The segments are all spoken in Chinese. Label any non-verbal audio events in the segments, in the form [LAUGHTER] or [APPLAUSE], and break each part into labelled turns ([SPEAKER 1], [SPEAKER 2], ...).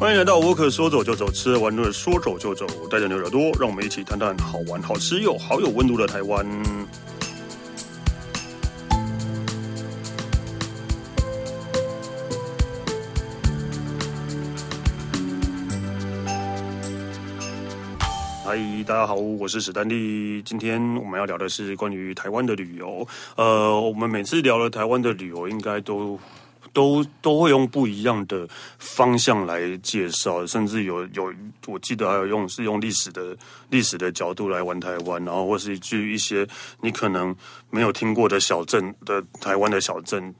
[SPEAKER 1] 欢迎来到无可说走就走，吃完了说走就走，带着你的耳朵，让我们一起探探好玩、好吃又好有温度的台湾。嗨，大家好，我是史丹利。今天我们要聊的是关于台湾的旅游。呃，我们每次聊了台湾的旅游，应该都都都会用不一样的方向来介绍，甚至有有，我记得还有用是用历史的历史的角度来玩台湾，然后或是去一些你可能没有听过的小镇的台湾的小镇。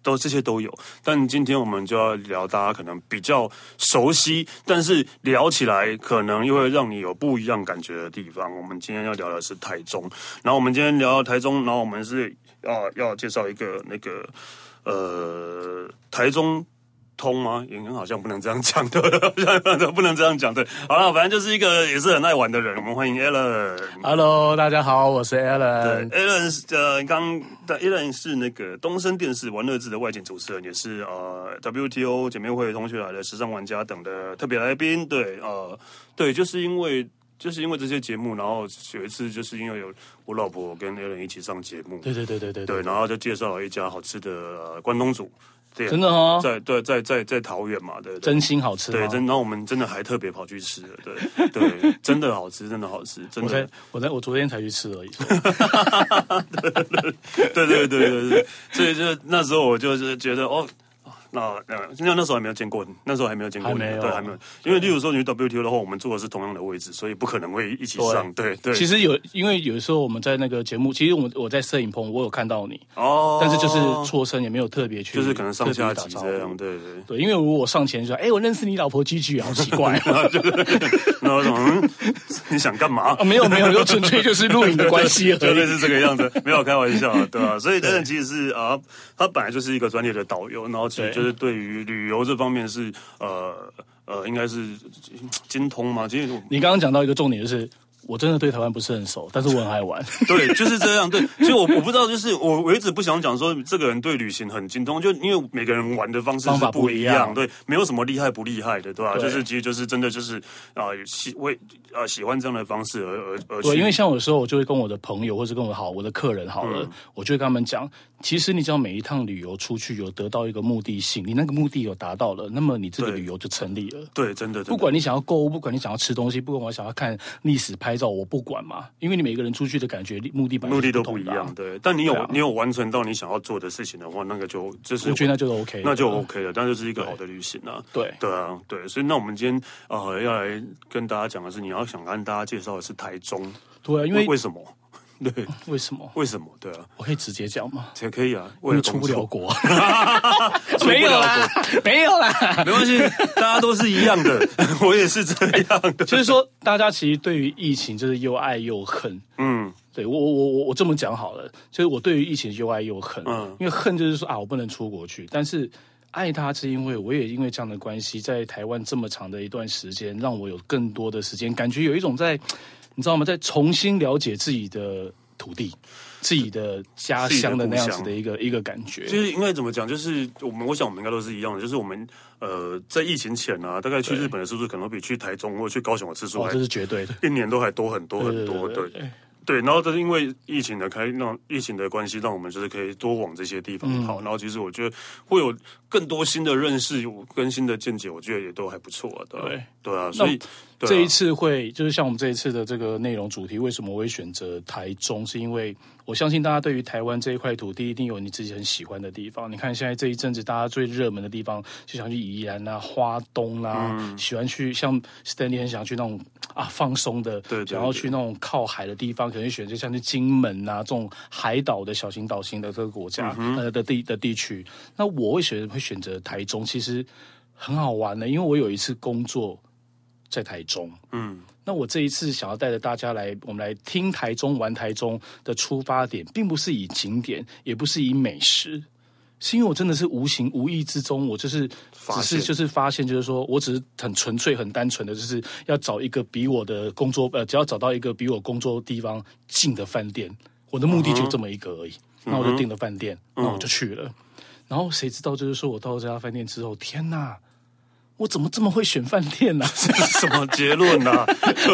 [SPEAKER 1] 都这些都有，但今天我们就要聊大家可能比较熟悉，但是聊起来可能又会让你有不一样感觉的地方。我们今天要聊的是台中，然后我们今天聊到台中，然后我们是要要介绍一个那个呃台中。通吗？也好像不能这样讲的， [LAUGHS] 好像不能这样讲的。好了，反正就是一个也是很爱玩的人。我们欢迎 Alan。
[SPEAKER 2] Hello，大家好，我是
[SPEAKER 1] 对
[SPEAKER 2] Alan。
[SPEAKER 1] ，Alan 是呃，刚但 Alan 是那个东森电视玩乐志的外景主持人，也是呃 WTO 姐妹会同学来的时尚玩家等的特别来宾。对，呃，对，就是因为就是因为这些节目，然后有一次就是因为有我老婆跟 Alan 一起上节目，
[SPEAKER 2] 对对对对对
[SPEAKER 1] 对，然后就介绍了一家好吃的、呃、关东煮店，
[SPEAKER 2] 真的哦，
[SPEAKER 1] 在对在在在桃园嘛，对对。
[SPEAKER 2] 真心好吃吗哦
[SPEAKER 1] 对，真，然后我们真的还特别跑去吃了，对对，真的好吃，真的好吃，真
[SPEAKER 2] 我
[SPEAKER 1] 的
[SPEAKER 2] 才。我才我昨天才去吃而已。
[SPEAKER 1] [LAUGHS] 对对对对对，所以就那时候我就是觉得哦。那那那那时候还没有见过，那时候还没有见过你，
[SPEAKER 2] 还没有
[SPEAKER 1] 对，还没有。因为例如说你去 WTO 的话，我们坐的是同样的位置，所以不可能会一起上。对对，
[SPEAKER 2] 其实有，因为有时候我们在那个节目，其实我们我在摄影棚，我有看到你，
[SPEAKER 1] 哦，
[SPEAKER 2] 但是就是错身，也没有特别去，
[SPEAKER 1] 就是可能上下
[SPEAKER 2] 特
[SPEAKER 1] 级
[SPEAKER 2] 别打招呼
[SPEAKER 1] 这样，。对对。
[SPEAKER 2] 对，因为如果我上前说，哎，我认识你老婆 G G，好奇怪 [LAUGHS] 哦
[SPEAKER 1] [LAUGHS] 然后我说嗯， [LAUGHS] 你想干嘛
[SPEAKER 2] 啊，？没有没有，就纯粹就是录影 [LAUGHS] 的关系
[SPEAKER 1] [LAUGHS]
[SPEAKER 2] 而
[SPEAKER 1] 就类
[SPEAKER 2] 已。
[SPEAKER 1] 似这个样子，没有开玩
[SPEAKER 2] [LAUGHS]
[SPEAKER 1] 笑，对吧、所以但是其实是啊，他本来就是一个专业的导游，然后其实
[SPEAKER 2] 对
[SPEAKER 1] 就是对于旅游这方面是呃呃，应该是精通嘛，其实
[SPEAKER 2] [LAUGHS]
[SPEAKER 1] 我
[SPEAKER 2] 你刚刚讲到一个重点，就是我真的对台湾不是很熟，但是我很爱玩。
[SPEAKER 1] 对，就是这样。对，所以我我不知道，就是我我一直不想讲说这个人对旅行很精通，就因为每个人玩的方式
[SPEAKER 2] 方
[SPEAKER 1] 是
[SPEAKER 2] 法
[SPEAKER 1] 不
[SPEAKER 2] 不
[SPEAKER 1] 一
[SPEAKER 2] 一
[SPEAKER 1] 样，
[SPEAKER 2] 样
[SPEAKER 1] 对，没有什么厉害不厉害的，对吧、啊
[SPEAKER 2] 对
[SPEAKER 1] 就是其实就是真的就是啊、呃喜为啊、喜欢这样的方式而而而去。
[SPEAKER 2] 对，因为像有时候我就会跟我的朋友，或者跟我好我的客人好了，
[SPEAKER 1] 嗯
[SPEAKER 2] 我就会跟他们讲，其实你只要每一趟旅游出去有得到一个目的性，你那个目的有达到了，那么你这个
[SPEAKER 1] 对
[SPEAKER 2] 旅游就成立了。
[SPEAKER 1] 对，真的，真的
[SPEAKER 2] 不管你想要购物，不管你想要吃东西，不管我想要看历史拍照，我不管嘛，因为你每个人出去的感觉、目的本来
[SPEAKER 1] 目
[SPEAKER 2] 就
[SPEAKER 1] 的都
[SPEAKER 2] 不
[SPEAKER 1] 不
[SPEAKER 2] 同
[SPEAKER 1] 一
[SPEAKER 2] 的啊
[SPEAKER 1] 样，，对。但你有、
[SPEAKER 2] 对啊
[SPEAKER 1] 你有完成到你想要做的事情的话，那个就就是
[SPEAKER 2] 我觉得那就 OK，
[SPEAKER 1] 那就 OK 了，但就是一个好的旅行啊。
[SPEAKER 2] 对
[SPEAKER 1] 对啊，对，所以那我们今天呃要来跟大家讲的是，你要想跟大家介绍的是台中，
[SPEAKER 2] 对啊，因
[SPEAKER 1] 为
[SPEAKER 2] 为
[SPEAKER 1] 为什么？ [LAUGHS] 对，
[SPEAKER 2] 为什么？
[SPEAKER 1] 为什么？对啊，
[SPEAKER 2] 我可以直接讲吗？
[SPEAKER 1] 也可以啊，为了
[SPEAKER 2] 因为出不了
[SPEAKER 1] 工作，
[SPEAKER 2] 国，
[SPEAKER 1] 国
[SPEAKER 2] 没有啦，没有啦，
[SPEAKER 1] [LAUGHS]
[SPEAKER 2] [LAUGHS]
[SPEAKER 1] 没关系，大家都是一样的， [LAUGHS] 我也是这样
[SPEAKER 2] [LAUGHS]
[SPEAKER 1] 的。
[SPEAKER 2] 就是说，大家其实对于疫情就是又爱又恨。
[SPEAKER 1] 嗯，
[SPEAKER 2] 对我我我我我这么讲好了，就是我对于疫情又爱又恨。
[SPEAKER 1] 嗯
[SPEAKER 2] 因为恨就是说啊，我不能出国去，但是爱它是因为我也因为这样的关系，在台湾这么长的一段时间，让我有更多的时间，感觉有一种在你知道吗，在重新了解自己的土地、自己的家乡的那样子的一个一个感觉。
[SPEAKER 1] 就是应该怎么讲？就是我们，我想我们应该都是一样的，就是我们呃，在疫情前啊，大概去
[SPEAKER 2] 对
[SPEAKER 1] 日本的次数可能比去台中或去高雄的次数
[SPEAKER 2] 哦，
[SPEAKER 1] 还
[SPEAKER 2] 这是绝对的。
[SPEAKER 1] 一年都还多很多很多，对对。然后，但是因为疫情的开，让疫情的关系，让我们就是可以多往这些地方跑。然后，其实我觉得会有更多新的认识，有更新的见解，我觉得也都还不错啊，对啊
[SPEAKER 2] 对
[SPEAKER 1] 对啊。所以对啊
[SPEAKER 2] 这一次会就是像我们这一次的这个内容主题，为什么我会选择台中？是因为我相信大家对于台湾这一块土地一定有你自己很喜欢的地方。你看现在这一阵子大家最热门的地方，就想去宜兰啊、花东啦、喜欢去像 Stanley 很想去那种啊放松的，
[SPEAKER 1] 对对
[SPEAKER 2] 想要
[SPEAKER 1] 对
[SPEAKER 2] 去那种靠海的地方，可能选择像去金门啊这种海岛的小型岛型的这个国
[SPEAKER 1] 嗯
[SPEAKER 2] 家、呃的地的地区。那我会选会选择台中，其实很好玩的，因为我有一次工作在台中。
[SPEAKER 1] 嗯， [LAUGHS]
[SPEAKER 2] 那我这一次想要带着大家来，我们来听台中玩台中的出发点，并不是以景点，也不是以美食，是因为我真的是无形无意之中，我就是
[SPEAKER 1] 发
[SPEAKER 2] 只
[SPEAKER 1] 现
[SPEAKER 2] 是就是发现，就是说我只是很纯粹、很单纯的，就是要找一个比我的工作呃，只要找到一个比我工作地方近的饭店，我的目的就这么一个而已。
[SPEAKER 1] 嗯
[SPEAKER 2] 那我就订了饭店，那我就去了。然后谁知道，就是说我到这家饭店之后，天哪！我怎么这么会选饭店啊呢、
[SPEAKER 1] 这是什么结论呢、
[SPEAKER 2] 啊？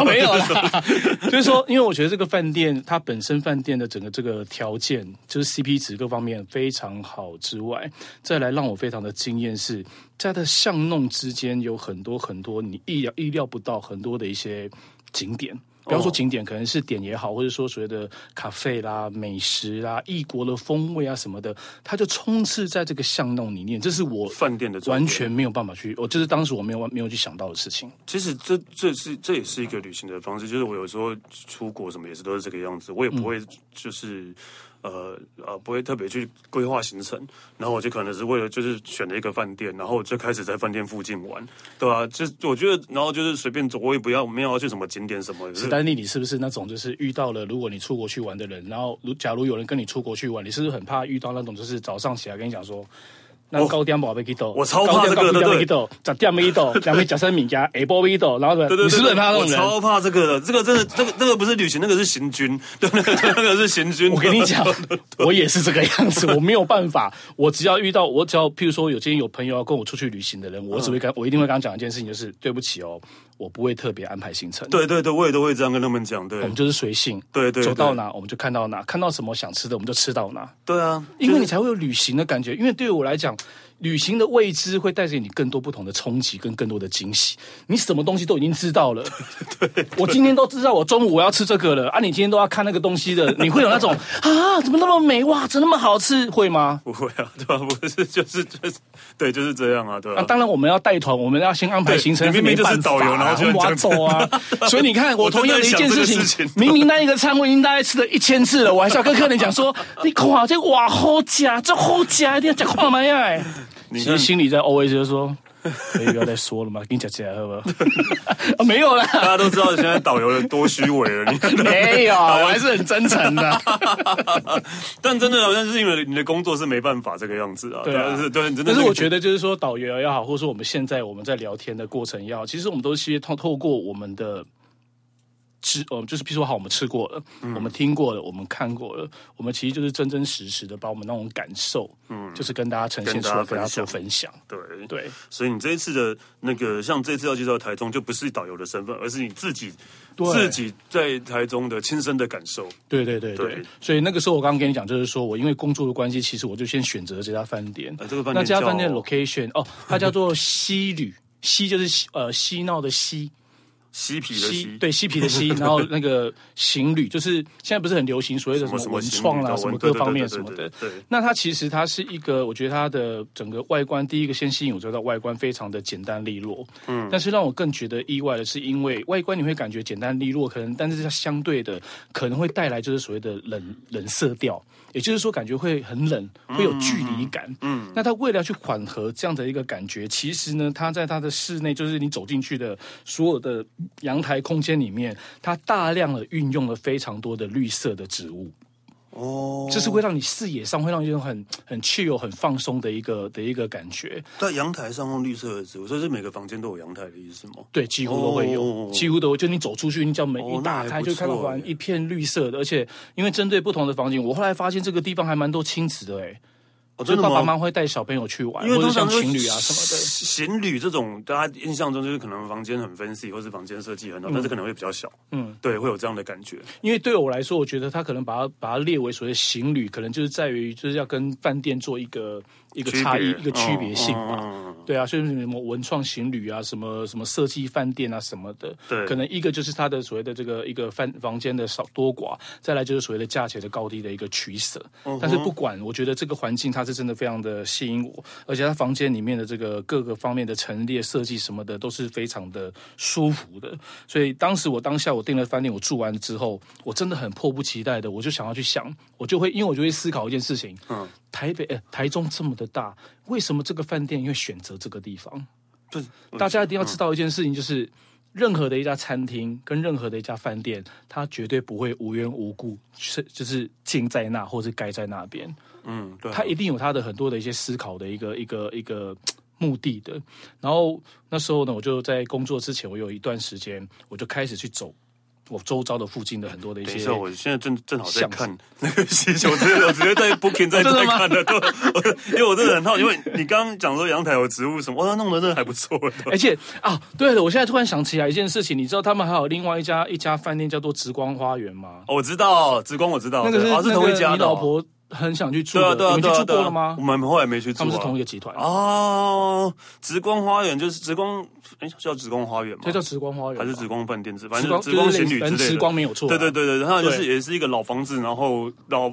[SPEAKER 2] 没有 [LAUGHS] 啦，所以说，因为我觉得这个饭店它本身饭店的整个这个条件，就是 CP 值各方面非常好之外，再来让我非常的惊艳是，在它的巷弄之间有很多很多你意料意料不到很多的一些景点。不要说景点，可能是点也好，或者说所谓的咖啡啦、美食啦、异国的风味啊什么的，它就充斥在这个巷弄里面。这是我
[SPEAKER 1] 饭店的重点
[SPEAKER 2] 完全没有办法去，我就是当时我没有没有去想到的事情。
[SPEAKER 1] 其实这这是这也是一个旅行的方式，就是我有时候出国什么也是都是这个样子，我也
[SPEAKER 2] 嗯
[SPEAKER 1] 不会就是。呃呃，不会特别去规划行程，然后我就可能是为了就是选了一个饭店，然后就开始在饭店附近玩，对啊，就是我觉得，然后就是随便走，我也不要没有要去什么景点什么，就是
[SPEAKER 2] 史丹利，你是不是那种就是遇到了如果你出国去玩的人，然后如假如有人跟你出国去玩，你是不是很怕遇到那种就是早上起来跟你讲说，那高点宝贝给豆，
[SPEAKER 1] 哦我超怕这个的
[SPEAKER 2] 贝给豆，早点贝豆，两杯假三米加 A 波贝豆，然后呢，
[SPEAKER 1] 对对对，
[SPEAKER 2] 你是不是很怕那种
[SPEAKER 1] 我
[SPEAKER 2] 人？
[SPEAKER 1] 超怕这个的，这个真的，这个这个不是旅行，那个是行军， [LAUGHS] 对，那个那个是行军。
[SPEAKER 2] 我跟你讲，我也是这个样子，我没有办法。我只要遇到，我只要譬如说有今天有朋友要跟我出去旅行的人，我只
[SPEAKER 1] 嗯
[SPEAKER 2] 会跟、我一定会跟他讲一件事情，就是对不起哦，我不会特别安排行程。
[SPEAKER 1] 对对对，我也都会这样跟他们讲，对
[SPEAKER 2] 我们就是随性，
[SPEAKER 1] 对对对
[SPEAKER 2] 走到哪我们就看到哪，看到什么想吃的我们就吃到哪，
[SPEAKER 1] 对啊，
[SPEAKER 2] 因为你才会有旅行的感觉。因为对于我来讲，旅行的未知会带给你更多不同的冲击跟更多的惊喜。你什么东西都已经知道了，我今天都知道我中午我要吃这个了啊，你今天都要看那个东西的，你会有那种啊，怎么那么美哇，怎么那么好吃，会吗？
[SPEAKER 1] 不会啊，对吧、 [LAUGHS] 不是就是就是对，就是这样啊，对吧、
[SPEAKER 2] 啊，当然我们要带团，我们要先安排
[SPEAKER 1] 对
[SPEAKER 2] 行程，
[SPEAKER 1] 你明明就是导游然后就
[SPEAKER 2] 就
[SPEAKER 1] 讲
[SPEAKER 2] 走
[SPEAKER 1] [LAUGHS]
[SPEAKER 2] 啊。所以你看，我
[SPEAKER 1] 我真
[SPEAKER 2] 同
[SPEAKER 1] 的
[SPEAKER 2] 样的一
[SPEAKER 1] 在
[SPEAKER 2] 件
[SPEAKER 1] 想这
[SPEAKER 2] 事
[SPEAKER 1] 个
[SPEAKER 2] 情，
[SPEAKER 1] 事情
[SPEAKER 2] 明明那一个餐我已经大概吃了一千次了，我还是要跟客人讲
[SPEAKER 1] [LAUGHS]
[SPEAKER 2] 说，你垮这哇好假，这好假，一定要讲话嘛呀！哎其
[SPEAKER 1] 看
[SPEAKER 2] 实心里在 always 就说。 [LAUGHS] 可以不要再说了吗？跟你讲起来好不好？ [LAUGHS] 啊，没有啦，
[SPEAKER 1] [LAUGHS] 大家都知道现在导游有多虚伪了，你
[SPEAKER 2] 没有，我还是很真诚的。
[SPEAKER 1] 但真的好像是因为你的工作是没办法这个样子啊，
[SPEAKER 2] 对啊
[SPEAKER 1] 是对，你真的
[SPEAKER 2] 但是我觉
[SPEAKER 1] 得
[SPEAKER 2] 得，就是说导游也好，或者说我们现在我们在聊天的过程也好，其实我们都是透透过我们的吃，呃，就是譬如说，好，我们吃过了，我们听过了，我们看过了，我们其实就是真真实实的把我们那种感受，嗯，就是跟大家呈现
[SPEAKER 1] 跟
[SPEAKER 2] 出
[SPEAKER 1] 大
[SPEAKER 2] 来，
[SPEAKER 1] 家
[SPEAKER 2] 跟大家做
[SPEAKER 1] 分
[SPEAKER 2] 分享。
[SPEAKER 1] 对。
[SPEAKER 2] 对，
[SPEAKER 1] 所以你这一次的那个，像这次要介绍台中，就不是导游的身份，而是你自己
[SPEAKER 2] 对
[SPEAKER 1] 自己在台中的亲身的感受。
[SPEAKER 2] 对，对，对，对
[SPEAKER 1] 对。
[SPEAKER 2] 所以那个时候，我刚刚跟你讲，就是说我因为工作的关系，其实我就先选择了这家饭店。
[SPEAKER 1] 呃，这个饭
[SPEAKER 2] 那
[SPEAKER 1] 店
[SPEAKER 2] 这家
[SPEAKER 1] 叫
[SPEAKER 2] 饭店的 location 哦，它叫做西旅，西就是西呃嬉闹的嬉，
[SPEAKER 1] 嬉皮的
[SPEAKER 2] 嬉
[SPEAKER 1] 嬉，
[SPEAKER 2] 对嬉皮的嬉，然后那个行旅，就是现在不是很流行所谓的
[SPEAKER 1] 什么
[SPEAKER 2] 什么
[SPEAKER 1] 什么
[SPEAKER 2] 文
[SPEAKER 1] 行
[SPEAKER 2] 创
[SPEAKER 1] 旅
[SPEAKER 2] 啦、
[SPEAKER 1] 的
[SPEAKER 2] 什么
[SPEAKER 1] 文
[SPEAKER 2] 各
[SPEAKER 1] 对对
[SPEAKER 2] 方面
[SPEAKER 1] 对
[SPEAKER 2] 什么
[SPEAKER 1] 对
[SPEAKER 2] 的。
[SPEAKER 1] 对对
[SPEAKER 2] 那它其实它是一个，我觉得它的整个外观，第一个先吸引我，这道外观非常的简单利落。嗯，但是让我更觉得意外的是，因为外观你会感觉简单利落，可能但是它相对的可能会带来就是所谓的冷冷色调，也就是说感觉会很冷，会有距离感。嗯，那它为了去缓和这样的一个感觉，其实呢，它在它的室内，就是你走进去的所有的阳台空间里面，它大量的运用了非常多的绿色的植物。
[SPEAKER 1] 哦，
[SPEAKER 2] 就是会让你视野上会让你有很很 chill、很放松的一个的一个感觉。
[SPEAKER 1] 在阳台上用绿色的植物，所以是每个房间都有阳台的意思吗？
[SPEAKER 2] 对，几乎都会有，
[SPEAKER 1] 哦
[SPEAKER 2] 几乎都会就你走出去，你只要门
[SPEAKER 1] 哦
[SPEAKER 2] 一打
[SPEAKER 1] 那
[SPEAKER 2] 开，
[SPEAKER 1] 还不
[SPEAKER 2] 就看到
[SPEAKER 1] 错欸
[SPEAKER 2] 完
[SPEAKER 1] 耶
[SPEAKER 2] 一片绿色的。而且，因为针对不同的房景，我后来发现这个地方还蛮多亲子的，哎，
[SPEAKER 1] 哦，
[SPEAKER 2] 就
[SPEAKER 1] 真的
[SPEAKER 2] 是爸
[SPEAKER 1] 吗？
[SPEAKER 2] 爸妈妈会带小朋友去玩，
[SPEAKER 1] 因为
[SPEAKER 2] 或者
[SPEAKER 1] 通
[SPEAKER 2] 像
[SPEAKER 1] 常
[SPEAKER 2] 情侣啊什么的。
[SPEAKER 1] 行旅这种，大家印象中就是可能房间很 fancy，或是房间设计很好，但是可能会比较小。嗯，对，会有这样的感觉。
[SPEAKER 2] 因为对我来说，我觉得他可能把它把它列为所谓的行旅，可能就是在于就是要跟饭店做一个一个
[SPEAKER 1] 区别
[SPEAKER 2] 差异、一个区别性吧。
[SPEAKER 1] 嗯嗯
[SPEAKER 2] 对啊，所以什么文创行旅啊，什么什么设计饭店啊什么的，
[SPEAKER 1] 对
[SPEAKER 2] 可能一个就是它的所谓的这个一个饭房间的少多寡，再来就是所谓的价钱的高低的一个取舍。但是不管，我觉得这个环境它是真的非常的吸引我，而且它房间里面的这个各个方面的陈列设计什么的都是非常的舒服的。所以当时我当下我订了饭店，我住完之后，我真的很迫不及待的，我就想要去想，我就会因为我就会思考一件事情，嗯，台北、呃、台中这么的大，为什么这个饭店会选择这个地方？
[SPEAKER 1] 就是
[SPEAKER 2] 大家一定要知道一件事情，就是任何的一家餐厅跟任何的一家饭店，它绝对不会无缘无故是就是建在那或是盖在那边，
[SPEAKER 1] 嗯，对啊，
[SPEAKER 2] 它一定有它的很多的一些思考的一个一个一个。目的的，然后那时候呢，我就在工作之前，我有一段时间，我就开始去走我周遭的附近的很多的一
[SPEAKER 1] 嗯等一
[SPEAKER 2] 些
[SPEAKER 1] 下，。我现在正正好在
[SPEAKER 2] 巷子
[SPEAKER 1] 看 [LAUGHS] 那个西球，我直接我直接在 Booking
[SPEAKER 2] [LAUGHS]
[SPEAKER 1] 在在看的，对，我因为我真的很好奇，因为你刚刚讲说阳台有植物什么，哇，他弄得真的还不错， [LAUGHS]
[SPEAKER 2] 而且啊，对了，我现在突然想起来一件事情，你知道他们还有另外一家一家饭店叫做直光花园吗？
[SPEAKER 1] 哦我知道，紫光我知道，
[SPEAKER 2] 那个是
[SPEAKER 1] 对哦是同一
[SPEAKER 2] 那
[SPEAKER 1] 家
[SPEAKER 2] 个
[SPEAKER 1] 的哦，
[SPEAKER 2] 你老婆很想去住
[SPEAKER 1] 对啊
[SPEAKER 2] 的，
[SPEAKER 1] 对啊
[SPEAKER 2] 你
[SPEAKER 1] 对
[SPEAKER 2] 们
[SPEAKER 1] 啊
[SPEAKER 2] 去住
[SPEAKER 1] 对
[SPEAKER 2] 过
[SPEAKER 1] 啊
[SPEAKER 2] 了吗
[SPEAKER 1] 我？们后来没去住啊，
[SPEAKER 2] 他们是同一个集团，
[SPEAKER 1] 哦，直光花园就是直光，哎，叫直光花园吗？
[SPEAKER 2] 这叫直光花园吧，
[SPEAKER 1] 还是直光饭店之，反
[SPEAKER 2] 直
[SPEAKER 1] 正
[SPEAKER 2] 光
[SPEAKER 1] 直光
[SPEAKER 2] 就是
[SPEAKER 1] 情
[SPEAKER 2] 类
[SPEAKER 1] 侣
[SPEAKER 2] 反
[SPEAKER 1] 之
[SPEAKER 2] 正
[SPEAKER 1] 类
[SPEAKER 2] 直
[SPEAKER 1] 的。
[SPEAKER 2] 光没有错啊，
[SPEAKER 1] 对对对对，然后就是
[SPEAKER 2] 对
[SPEAKER 1] 也是一个老房子，然后老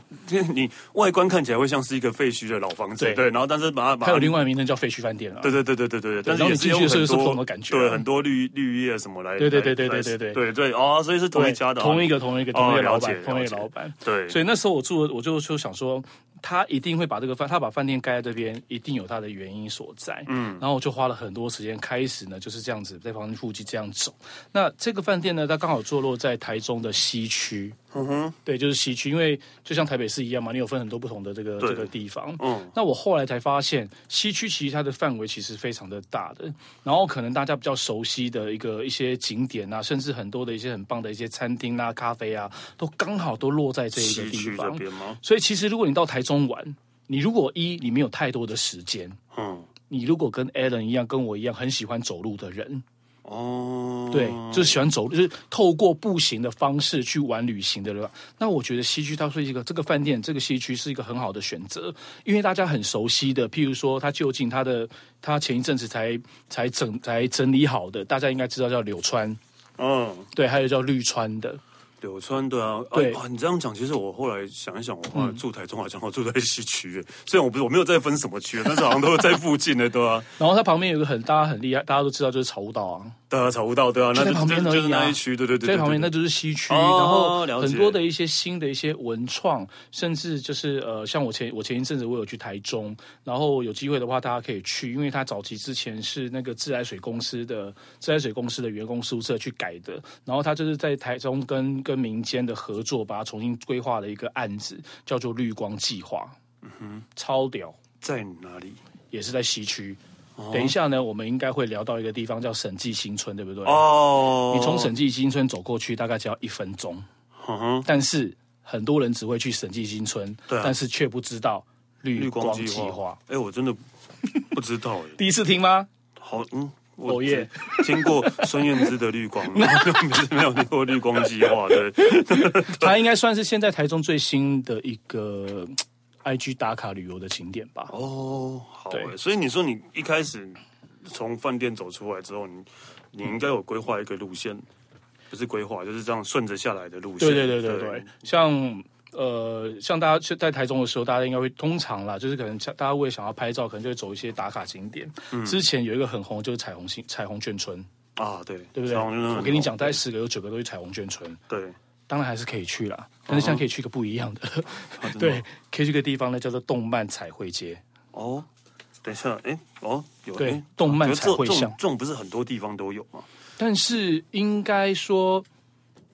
[SPEAKER 1] 你外观看起来会像是一个废墟的老房子，
[SPEAKER 2] 对
[SPEAKER 1] 对，然后但是把它把
[SPEAKER 2] 还
[SPEAKER 1] 它
[SPEAKER 2] 有另外一个名称叫废墟饭店啊。
[SPEAKER 1] 对对对对对对，但是
[SPEAKER 2] 然后
[SPEAKER 1] 也
[SPEAKER 2] 你
[SPEAKER 1] 是
[SPEAKER 2] 进
[SPEAKER 1] 有
[SPEAKER 2] 去的时
[SPEAKER 1] 很
[SPEAKER 2] 候是不同
[SPEAKER 1] 多
[SPEAKER 2] 的感觉啊
[SPEAKER 1] 对，很多绿绿叶什么来，
[SPEAKER 2] 对对
[SPEAKER 1] 来
[SPEAKER 2] 对对
[SPEAKER 1] 来
[SPEAKER 2] 对对
[SPEAKER 1] 对对哦，所以是同一家的啊，
[SPEAKER 2] 同一个同一个
[SPEAKER 1] 哦
[SPEAKER 2] 同一个
[SPEAKER 1] 了
[SPEAKER 2] 老
[SPEAKER 1] 解
[SPEAKER 2] 板，同
[SPEAKER 1] 了
[SPEAKER 2] 一个
[SPEAKER 1] 解
[SPEAKER 2] 老板。
[SPEAKER 1] 对，
[SPEAKER 2] 所以那时候我住的，我就就想说，他一定会把这个饭，他把饭店盖在这边，一定有他的原因所在。嗯，然后我就花了很多时间，开始呢就是这样子在旁边附近这样走。那这个饭店呢，它刚好坐落在台中的西区。嗯哼，对，就是西区，因为就像台北市一样嘛，你有分很多不同的这个
[SPEAKER 1] 对
[SPEAKER 2] 这个地方。
[SPEAKER 1] 嗯，
[SPEAKER 2] 那我后来才发现，西区其实它的范围其实非常的大的，然后可能大家比较熟悉的一个一些景点啊，甚至很多的一些很棒的一些餐厅啊、咖啡啊，都刚好都落在这一个
[SPEAKER 1] 西
[SPEAKER 2] 地
[SPEAKER 1] 区这
[SPEAKER 2] 方。
[SPEAKER 1] 边吗？
[SPEAKER 2] 所以其实如果你到台中玩，你如果一你没有太多的时间，
[SPEAKER 1] 嗯，
[SPEAKER 2] 你如果跟 Alan 一样，跟我一样很喜欢走路的人，
[SPEAKER 1] 哦，
[SPEAKER 2] 对，就是喜欢走路，就是透过步行的方式去玩旅行的人。那我觉得西区它是一个这个饭店，这个西区是一个很好的选择，因为大家很熟悉的，譬如说它就近它的，它前一阵子才才整才整理好的，大家应该知道叫柳川，
[SPEAKER 1] 嗯。
[SPEAKER 2] 对，还有叫绿川的，
[SPEAKER 1] 柳川对啊，啊
[SPEAKER 2] 对嗯
[SPEAKER 1] 啊，你这样讲，其实我后来想一想，我后来住台中好像我住在西区，虽然我不是我没有再分什么区，但是好像都是在附近的，对啊，
[SPEAKER 2] 然后它旁边有一个很大家很厉害，大家都知道就是草悟道啊，
[SPEAKER 1] 对啊，草悟道对啊，那
[SPEAKER 2] 就在旁边而已啊
[SPEAKER 1] 就是那一区，对对对，
[SPEAKER 2] 在旁边那
[SPEAKER 1] 对
[SPEAKER 2] 就是西区，
[SPEAKER 1] 哦
[SPEAKER 2] 然
[SPEAKER 1] 了解
[SPEAKER 2] 后很多的一些新的一些文创，甚至就是呃，像我前我前一阵子我有去台中，然后有机会的话大家可以去，因为它早期之前是那个自来水公司的自来水公司的员工宿舍去改的，然后它就是在台中跟跟民间的合作，把它重新规划了一个案子，叫做绿光计划，嗯哼，超屌，
[SPEAKER 1] 在哪里？
[SPEAKER 2] 也是在西区。等一下呢，我们应该会聊到一个地方叫审计新村，对不对？
[SPEAKER 1] 哦，
[SPEAKER 2] 你从审计新村走过去大概只要一分钟，
[SPEAKER 1] 嗯哼
[SPEAKER 2] 但是很多人只会去审计新村，
[SPEAKER 1] 对啊
[SPEAKER 2] 但是却不知道绿
[SPEAKER 1] 绿
[SPEAKER 2] 光
[SPEAKER 1] 光
[SPEAKER 2] 计
[SPEAKER 1] 计
[SPEAKER 2] 划
[SPEAKER 1] 划。，哎，我真的不知道哎，
[SPEAKER 2] 第一次听吗？
[SPEAKER 1] 好嗯。我
[SPEAKER 2] 哦耶
[SPEAKER 1] 只听过孙燕姿的《绿
[SPEAKER 2] [LAUGHS]
[SPEAKER 1] 光》，没有听过《绿光计划》 [LAUGHS] 对，
[SPEAKER 2] 它应该算是现在台中最新的一个呃 IG 打卡旅游的景点吧。
[SPEAKER 1] 哦，好
[SPEAKER 2] 对
[SPEAKER 1] 欸，所以你说你一开始从饭店走出来之后，你你应该有规划一个路线，不是规划，就是这样顺着下来的路线。
[SPEAKER 2] 对对对对对，像。呃，像大家去在台中的时候，大家应该会通常啦，就是可能像大家会想要拍照，可能就会走一些打卡景点。
[SPEAKER 1] 嗯
[SPEAKER 2] 之前有一个很红，就是彩虹新彩虹眷村，
[SPEAKER 1] 啊，对
[SPEAKER 2] 对不对？
[SPEAKER 1] 彩虹真的很
[SPEAKER 2] 我跟你
[SPEAKER 1] 好
[SPEAKER 2] 讲，大概十个有九个都是彩虹眷村。
[SPEAKER 1] 哦对，
[SPEAKER 2] 当然还是可以去啦，但是现在可以去个不一样的，
[SPEAKER 1] 哦真的
[SPEAKER 2] 对，可以去个地方呢，叫做动漫彩绘街，
[SPEAKER 1] 哦，等一下，哎，哦，有
[SPEAKER 2] 对
[SPEAKER 1] 诶
[SPEAKER 2] 动漫
[SPEAKER 1] 可是这
[SPEAKER 2] 彩绘
[SPEAKER 1] 这种
[SPEAKER 2] 像
[SPEAKER 1] 这种不是很多地方都有吗？
[SPEAKER 2] 但是应该说。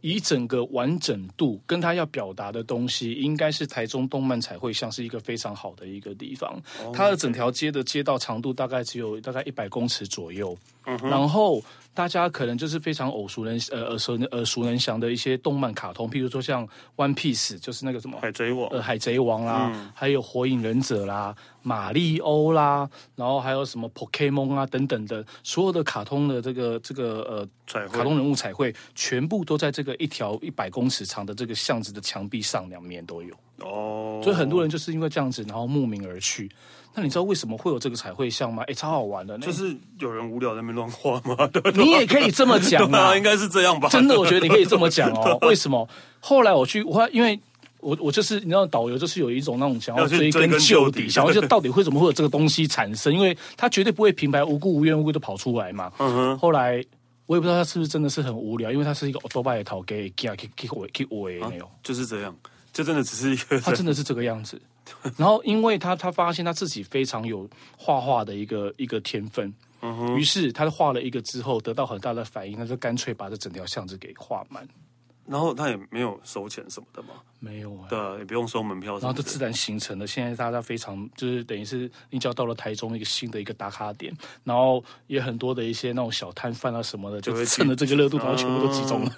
[SPEAKER 2] 以整个完整度跟他要表达的东西，应该是台中动漫彩绘像是一个非常好的一个地方。
[SPEAKER 1] 哦
[SPEAKER 2] 它的整条街的街道长度大概只有大概一百公尺左右，
[SPEAKER 1] 嗯
[SPEAKER 2] 然后大家可能就是非常耳熟能呃耳熟耳熟能详的一些动漫卡通，譬如说像《One Piece》，就是那个什么
[SPEAKER 1] 海贼王
[SPEAKER 2] 呃，海贼王啦，
[SPEAKER 1] 嗯
[SPEAKER 2] 还有火影忍者啦，马里欧啦，然后还有什么 Pokemon 啊等等的，所有的卡通的这个这个
[SPEAKER 1] 彩
[SPEAKER 2] 呃
[SPEAKER 1] 绘
[SPEAKER 2] 卡通人物彩绘，全部都在这个一条一百公尺长的这个巷子的墙壁上两面都有，
[SPEAKER 1] 哦，
[SPEAKER 2] 所以很多人就是因为这样子，然后慕名而去。那你知道为什么会有这个彩绘像吗？哎，超好玩的呢，
[SPEAKER 1] 就是有人无聊在那边乱画
[SPEAKER 2] [LAUGHS]
[SPEAKER 1] 吗？对
[SPEAKER 2] 你也可以这么
[SPEAKER 1] [LAUGHS]
[SPEAKER 2] 讲
[SPEAKER 1] 吧？
[SPEAKER 2] 啊
[SPEAKER 1] 应，该是这样吧？
[SPEAKER 2] 真的，我觉得你可以这么讲哦。为什么？后来我去，我后来因为。我我就是你知道，导游就是有一种那种想要
[SPEAKER 1] 要去
[SPEAKER 2] 追
[SPEAKER 1] 追
[SPEAKER 2] 根
[SPEAKER 1] 根
[SPEAKER 2] 究
[SPEAKER 1] 究
[SPEAKER 2] 底，
[SPEAKER 1] 底
[SPEAKER 2] 想要就到底为什么会有这个东西产生，因为他绝对不会平白无故、无缘无故的跑出来嘛。后来我也不知道他是不是真的是很无聊，因为他是一个欧巴的头给给给给我给我的那种。
[SPEAKER 1] [LAUGHS] 就是这样，这真的只是一个
[SPEAKER 2] 他真的是这个样子。然后，因为他他发现他自己非常有画画的一个一个天分，于是他画了一个之后，得到很大的反应，他就干脆把这整条巷子给画满。
[SPEAKER 1] 然后他也没有收钱什么的嘛，
[SPEAKER 2] 没有啊。
[SPEAKER 1] 对啊，也不用收门票什么
[SPEAKER 2] 然后
[SPEAKER 1] 的
[SPEAKER 2] 就自然形成了。现在大家非常就是等于是你只要到了台中一个新的一个打卡点，然后也很多的一些那种小摊贩啊什么的，
[SPEAKER 1] 就
[SPEAKER 2] 就
[SPEAKER 1] 会去
[SPEAKER 2] 趁着这个热度，然后全部都集中了。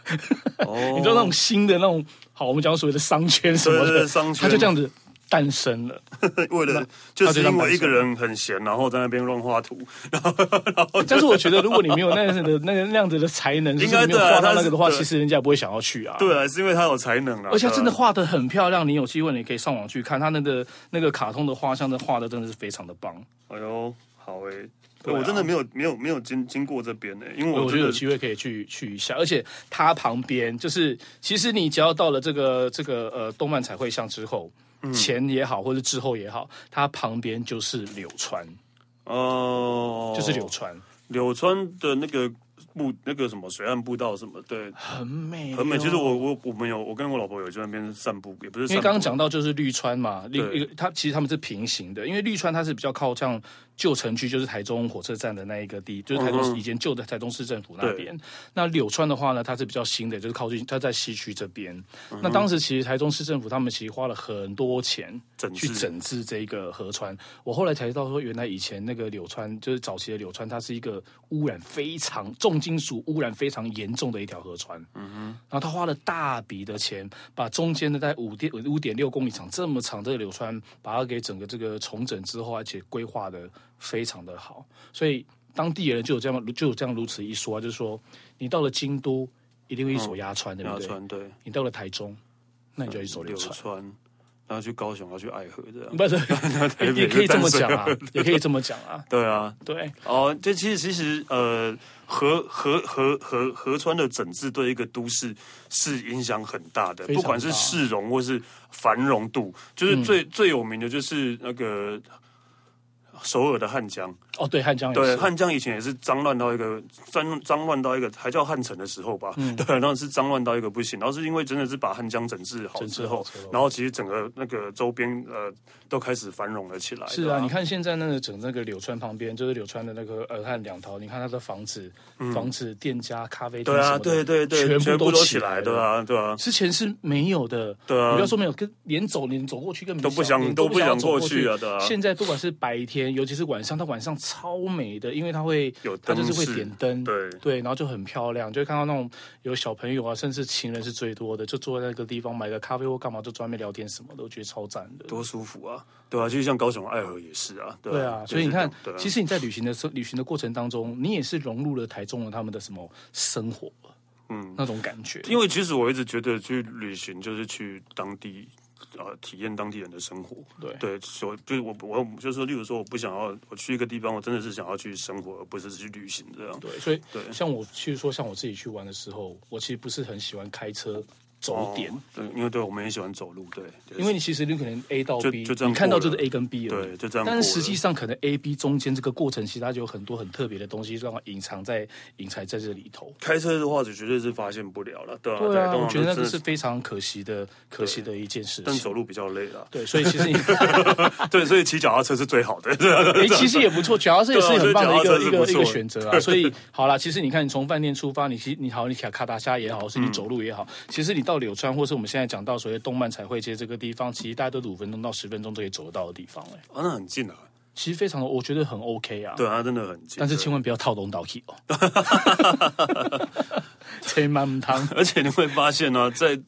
[SPEAKER 2] [LAUGHS]
[SPEAKER 1] 哦
[SPEAKER 2] 你知道那种新的那种好，我们讲所谓的商圈什么
[SPEAKER 1] 对对对
[SPEAKER 2] 的，
[SPEAKER 1] 商圈
[SPEAKER 2] 它就这样子诞生了。
[SPEAKER 1] [LAUGHS] 为了就是因为一个人很闲，然后在那边乱画图，然后然后
[SPEAKER 2] 但是我觉得，如果你没有那样子的那个那样子的才能，
[SPEAKER 1] 哦应该
[SPEAKER 2] 就是你没有
[SPEAKER 1] 对啊
[SPEAKER 2] 画到
[SPEAKER 1] 他
[SPEAKER 2] 那
[SPEAKER 1] 是
[SPEAKER 2] 个的话，
[SPEAKER 1] 对
[SPEAKER 2] 其实人家也不会想要去啊。
[SPEAKER 1] 对啊，是因为他有才能啊，
[SPEAKER 2] 而且它真的
[SPEAKER 1] 对啊
[SPEAKER 2] 画的很漂亮，你有机会你可以上网去看它那个那个卡通的画像，真的画的真的是非常的棒。
[SPEAKER 1] 哎呦，好哎、欸，
[SPEAKER 2] 对啊
[SPEAKER 1] 我真的没有没有没有经经过这边呢、因为
[SPEAKER 2] 我
[SPEAKER 1] 我
[SPEAKER 2] 觉
[SPEAKER 1] 觉
[SPEAKER 2] 得有
[SPEAKER 1] 得
[SPEAKER 2] 机会可以去去一下，而且它旁边就是，其实你只要到了这个这个呃动漫彩绘像之后，
[SPEAKER 1] 嗯
[SPEAKER 2] 前也好或者之后也好，它旁边就是柳川，
[SPEAKER 1] 哦，
[SPEAKER 2] 就是柳川，
[SPEAKER 1] 柳川的那个步那个什么水岸步道什么，对，
[SPEAKER 2] 很美，
[SPEAKER 1] 很美。其实。我我我们有我跟我老婆有去那边散步，也不是
[SPEAKER 2] 因
[SPEAKER 1] 散
[SPEAKER 2] 为
[SPEAKER 1] 步
[SPEAKER 2] 刚刚讲到就是绿川嘛，
[SPEAKER 1] 对
[SPEAKER 2] 另一个它其实他们是平行的，因为绿川它是比较靠像旧城区，就是台中火车站的那一个地，就是台中市
[SPEAKER 1] 嗯哼
[SPEAKER 2] 以前旧的台中市政府那边。那柳川的话呢，它是比较新的，就是靠近它在西区这边。
[SPEAKER 1] 嗯
[SPEAKER 2] 那当时其实台中市政府他们其实花了很多钱
[SPEAKER 1] 整
[SPEAKER 2] 去
[SPEAKER 1] 治
[SPEAKER 2] 整治这个河川。我后来才知道说，原来以前那个柳川就是早期的柳川，它是一个污染非常重金属污染非常严重的一条河川。
[SPEAKER 1] 嗯
[SPEAKER 2] 然后他花了大笔的钱，把中间的在五点五点六公里长这么长这个柳川，把它给整个这个重整之后，而且规划的非常的好，所以当地人就有这样就有这样如此一说、啊，就是说你到了京都一定会一手鸭川，对不
[SPEAKER 1] 柳
[SPEAKER 2] 对？
[SPEAKER 1] 嗯川嗯对
[SPEAKER 2] 你到了台中，那你就要一手
[SPEAKER 1] 柳
[SPEAKER 2] 柳川。
[SPEAKER 1] 川，然后去高雄，然后去爱河这样。
[SPEAKER 2] [LAUGHS] 不是，
[SPEAKER 1] [LAUGHS]
[SPEAKER 2] [LAUGHS] 也也可以这么讲
[SPEAKER 1] 淡
[SPEAKER 2] 啊
[SPEAKER 1] 水，
[SPEAKER 2] 也可以这么讲啊，
[SPEAKER 1] [LAUGHS] 对啊，
[SPEAKER 2] 对，
[SPEAKER 1] 哦，这其实其实呃，河河河河河川的整治对一个都市是影响很大的，
[SPEAKER 2] 非
[SPEAKER 1] 不
[SPEAKER 2] 常
[SPEAKER 1] 管是
[SPEAKER 2] 大嗯
[SPEAKER 1] 市容或是繁荣度，就是最、最有名的就是那个首尔的汉江。
[SPEAKER 2] 哦，对，汉江也
[SPEAKER 1] 对，
[SPEAKER 2] 是，
[SPEAKER 1] 汉江以前也是脏乱到一个脏脏乱到一个还叫汉城的时候吧，
[SPEAKER 2] 嗯
[SPEAKER 1] [LAUGHS] 对，然后是脏乱到一个不行，然后是因为真的是把汉江整治好
[SPEAKER 2] 整治
[SPEAKER 1] 之后
[SPEAKER 2] 好之后，
[SPEAKER 1] 然后其实整个那个周边呃都开始繁荣了起来。
[SPEAKER 2] 是
[SPEAKER 1] 对
[SPEAKER 2] 啊，你看现在那个整那个柳川旁边，就是柳川的那个洱汉两头，你看它的房子、房子、店家、咖啡厅
[SPEAKER 1] 嗯对
[SPEAKER 2] 什
[SPEAKER 1] 啊，
[SPEAKER 2] 么的
[SPEAKER 1] 对对对，
[SPEAKER 2] 全
[SPEAKER 1] 全
[SPEAKER 2] 部
[SPEAKER 1] 部
[SPEAKER 2] 都
[SPEAKER 1] 都起来，
[SPEAKER 2] 了
[SPEAKER 1] 对。啊，对啊，
[SPEAKER 2] 之前是没有的，
[SPEAKER 1] 对啊
[SPEAKER 2] 你不要说没有，跟连走连走过去根本
[SPEAKER 1] 都不想
[SPEAKER 2] 连
[SPEAKER 1] 都不
[SPEAKER 2] 不要
[SPEAKER 1] 想
[SPEAKER 2] 走
[SPEAKER 1] 过
[SPEAKER 2] 去
[SPEAKER 1] 去啊对啊
[SPEAKER 2] 现在不管是白天，尤其是晚上，它晚上超美的，因为它会
[SPEAKER 1] 有
[SPEAKER 2] 它就是
[SPEAKER 1] 灯
[SPEAKER 2] 会
[SPEAKER 1] 饰
[SPEAKER 2] 点灯，
[SPEAKER 1] 对
[SPEAKER 2] 对，然后就很漂亮，就会看到那种有小朋友啊，甚至情人是最多的，就坐在那个地方买个咖啡或干嘛，就专门聊天什么的，我觉得超赞的。
[SPEAKER 1] 多舒服啊，对啊，就像高雄爱河也是啊，对
[SPEAKER 2] 对啊，所以你看，其
[SPEAKER 1] 实
[SPEAKER 2] 实你在旅行的时候，旅行的过程当中，你也是融入了台中人他们的什么生活，嗯，那种感觉。
[SPEAKER 1] 因为其实我一直觉得去旅行就是去当地。呃，体验当地人的生活，
[SPEAKER 2] 对
[SPEAKER 1] 对，所以就是我我就是说，例如说，我不想要我去一个地方，我真的是想要去生活，而不是去旅行这样。
[SPEAKER 2] 对，所以
[SPEAKER 1] 对
[SPEAKER 2] 像我去说，像我自己去玩的时候，我其实不是很喜欢开车走点，
[SPEAKER 1] 哦对，因为对我们也喜欢走路，对，就是
[SPEAKER 2] 因为你其实你可能 A 到
[SPEAKER 1] 就
[SPEAKER 2] B，
[SPEAKER 1] 就这样
[SPEAKER 2] 你看到
[SPEAKER 1] 过
[SPEAKER 2] 就
[SPEAKER 1] 了
[SPEAKER 2] 是 A 跟 B 而已
[SPEAKER 1] 对就这样
[SPEAKER 2] 但是
[SPEAKER 1] 过了
[SPEAKER 2] 实际上可能 A、B 中间这个过程，其实它就有很多很特别的东西，让它隐藏在隐藏在这里头。
[SPEAKER 1] 开车的话，就绝对是发现不了了，对啊，
[SPEAKER 2] 对啊，
[SPEAKER 1] 通常
[SPEAKER 2] 我觉得那
[SPEAKER 1] 就
[SPEAKER 2] 个是，非常可惜的，可惜的一件事
[SPEAKER 1] 但
[SPEAKER 2] 情。，
[SPEAKER 1] 走路比较累了 [LAUGHS]
[SPEAKER 2] 对，所以其实你。
[SPEAKER 1] 对，所以骑脚踏车是最好的， [LAUGHS] 对啊
[SPEAKER 2] 哎、其实也不错，脚踏车也是很棒的一
[SPEAKER 1] 对啊
[SPEAKER 2] 个
[SPEAKER 1] 所以脚踏车是
[SPEAKER 2] 一
[SPEAKER 1] 不
[SPEAKER 2] 个
[SPEAKER 1] 错
[SPEAKER 2] 一个选择啊。
[SPEAKER 1] [LAUGHS]
[SPEAKER 2] 所以好啦，其实你看，你从饭店出发，你其实你好，你卡卡达虾也好，是
[SPEAKER 1] 嗯
[SPEAKER 2] 你走路也好，其实你到柳川，或是我们现在讲到所谓动漫彩绘街这个地方，其实大概都是五分钟到十分钟就可以走得到的地方、哎，
[SPEAKER 1] 啊，那很近啊，
[SPEAKER 2] 其实非常的，我觉得很 OK 啊。
[SPEAKER 1] 对啊，真的很近。
[SPEAKER 2] 但是
[SPEAKER 1] 对
[SPEAKER 2] 千万不要套东倒西
[SPEAKER 1] [LAUGHS]
[SPEAKER 2] 哦， [LAUGHS] 千万汤。
[SPEAKER 1] 而且你会发现呢、在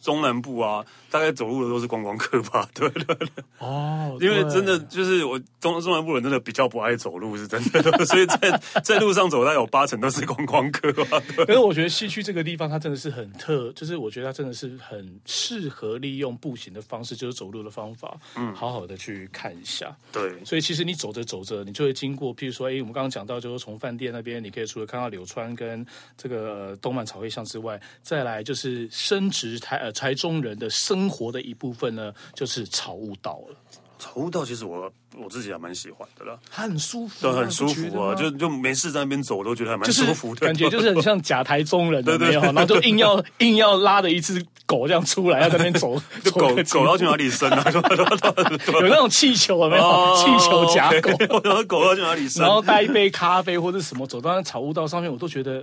[SPEAKER 1] 中南部啊，大概走路的都是观光客吧，对 [LAUGHS] 对对，
[SPEAKER 2] 哦，
[SPEAKER 1] 因为
[SPEAKER 2] 对
[SPEAKER 1] 真的就是我中中南部人真的比较不爱走路，是真的， [LAUGHS] 所以在在路上走，大概有八成都是观光客啊，对
[SPEAKER 2] [LAUGHS] 可是我觉得西区这个地方，它真的是很特，就是我觉得它真的是很适合利用步行的方式，就是走路的方法，嗯，好好的去看一下。
[SPEAKER 1] 对
[SPEAKER 2] 所以其实你走着走着，你就会经过，譬如说，哎，我们刚刚讲到，就是从饭店那边，你可以除了看到柳川跟这个、呃动漫草会巷之外，再来就是深植台呃台中人的生活的一部分呢，就是草悟道了，
[SPEAKER 1] 草悟道其实我我自己还蛮喜欢的啦，
[SPEAKER 2] 它很舒服、
[SPEAKER 1] 对，
[SPEAKER 2] 啊，
[SPEAKER 1] 很舒
[SPEAKER 2] 你不
[SPEAKER 1] 服
[SPEAKER 2] 觉得
[SPEAKER 1] 啊，
[SPEAKER 2] 吗
[SPEAKER 1] 就就没事在那边走，我都觉得还蛮
[SPEAKER 2] 就是
[SPEAKER 1] 舒服的，
[SPEAKER 2] 感觉就是很像假台中人，有
[SPEAKER 1] 对
[SPEAKER 2] 没有？然后就硬要硬要拉着一只狗这样出来，要在那边走，
[SPEAKER 1] [LAUGHS] 就
[SPEAKER 2] 走
[SPEAKER 1] 狗
[SPEAKER 2] 个几
[SPEAKER 1] 狗要
[SPEAKER 2] 步
[SPEAKER 1] 去哪里生啊？
[SPEAKER 2] [LAUGHS]
[SPEAKER 1] 对对对对哦啊
[SPEAKER 2] 有那种气球，有没有？气球夹狗，
[SPEAKER 1] [LAUGHS] 狗，然后狗要去哪里生
[SPEAKER 2] 然？后带一杯咖啡或者什么，走到那草悟道上面，我都觉得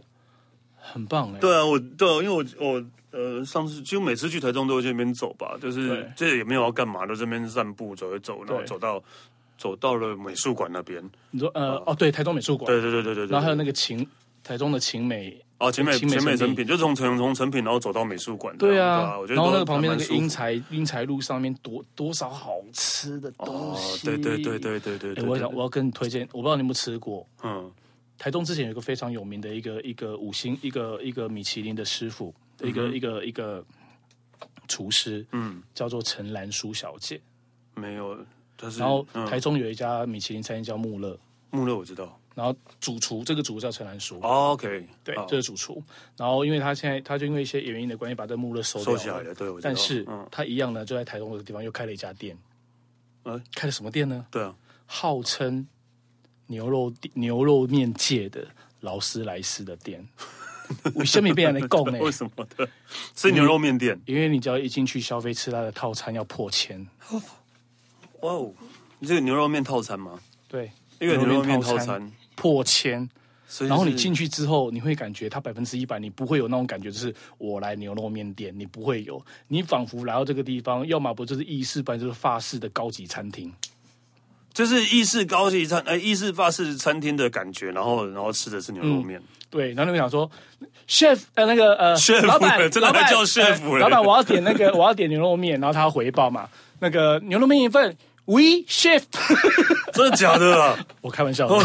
[SPEAKER 2] 很棒哎、
[SPEAKER 1] 对啊，我对啊、因为我我呃，上次几乎每次去台中都会去那边走吧，就是
[SPEAKER 2] 对
[SPEAKER 1] 这也没有要干嘛，就这边散步走一走，然后
[SPEAKER 2] 对
[SPEAKER 1] 走到走到了美术馆那边。
[SPEAKER 2] 你说呃哦对，台中美术馆，
[SPEAKER 1] 对对对对对对。
[SPEAKER 2] 然后还有那
[SPEAKER 1] 个
[SPEAKER 2] 个秦台中的秦美，
[SPEAKER 1] 哦，前美
[SPEAKER 2] 晴美
[SPEAKER 1] 前美
[SPEAKER 2] 成品
[SPEAKER 1] 成品，就从从从成品然后走到美术馆这样。
[SPEAKER 2] 对
[SPEAKER 1] 对
[SPEAKER 2] 啊，
[SPEAKER 1] 我觉得
[SPEAKER 2] 然后
[SPEAKER 1] 都
[SPEAKER 2] 那个旁边
[SPEAKER 1] 还蛮
[SPEAKER 2] 那个
[SPEAKER 1] 舒服
[SPEAKER 2] 英才英才路上面多多少好吃的东
[SPEAKER 1] 哦，
[SPEAKER 2] 西，
[SPEAKER 1] 对对对对对对
[SPEAKER 2] 哎、
[SPEAKER 1] 对。
[SPEAKER 2] 我
[SPEAKER 1] 对
[SPEAKER 2] 想我要跟你推荐，我不知道你有没有吃过。
[SPEAKER 1] 嗯
[SPEAKER 2] 台中之前有一个非常有名的一个一个五星一个一个米其林的师傅，一个、一个一个厨师，
[SPEAKER 1] 嗯
[SPEAKER 2] 叫做陈兰淑小姐。
[SPEAKER 1] 没有，但是
[SPEAKER 2] 然后
[SPEAKER 1] 嗯
[SPEAKER 2] 台中有一家米其林餐厅叫穆勒，
[SPEAKER 1] 穆勒我知道。
[SPEAKER 2] 然后主厨这个主厨叫陈兰淑，
[SPEAKER 1] 哦 OK，
[SPEAKER 2] 对，
[SPEAKER 1] 好
[SPEAKER 2] 这个主厨。然后因为他现在他就因为一些原因的关系把这穆勒收掉
[SPEAKER 1] 收
[SPEAKER 2] 了，
[SPEAKER 1] 起来了，对，我知道。
[SPEAKER 2] 但是
[SPEAKER 1] 嗯，
[SPEAKER 2] 他一样呢就在台中的地方又开了一家店，
[SPEAKER 1] 哎
[SPEAKER 2] 开了什么店呢？
[SPEAKER 1] 对啊，
[SPEAKER 2] 号称牛肉地牛肉面界的劳斯莱斯的店， [LAUGHS] 为什么被人来
[SPEAKER 1] [LAUGHS]
[SPEAKER 2] 供呢？
[SPEAKER 1] 为什么的？是牛肉面店。
[SPEAKER 2] 因为你只要一进去消费吃他的套餐要破千，
[SPEAKER 1] 哇哦，你这个牛肉面套餐吗？
[SPEAKER 2] 对，
[SPEAKER 1] 一个牛肉面套餐，
[SPEAKER 2] 破千。
[SPEAKER 1] 所以
[SPEAKER 2] 然后
[SPEAKER 1] 是
[SPEAKER 2] 你进去之后，你会感觉它百分之一百，你不会有那种感觉，就是我来牛肉面店，你不会有，你仿佛来到这个地方，要么不就是意式，不然就是法式的高级餐厅。
[SPEAKER 1] 就是意式高级餐，哎，意式法式餐厅的感觉，然后然后吃的是牛
[SPEAKER 2] 嗯
[SPEAKER 1] 肉面，
[SPEAKER 2] 对，然后你会想说，chef 呃那个呃
[SPEAKER 1] Chef，
[SPEAKER 2] 老板
[SPEAKER 1] [LAUGHS] 真的
[SPEAKER 2] 老板
[SPEAKER 1] 叫 chef
[SPEAKER 2] 呃
[SPEAKER 1] 了
[SPEAKER 2] 老板我要点那个我要点牛肉面，然后他要回报嘛，那个牛肉面一份，we chef， [LAUGHS]
[SPEAKER 1] 真的假的啊？
[SPEAKER 2] 我开玩笑的
[SPEAKER 1] 我。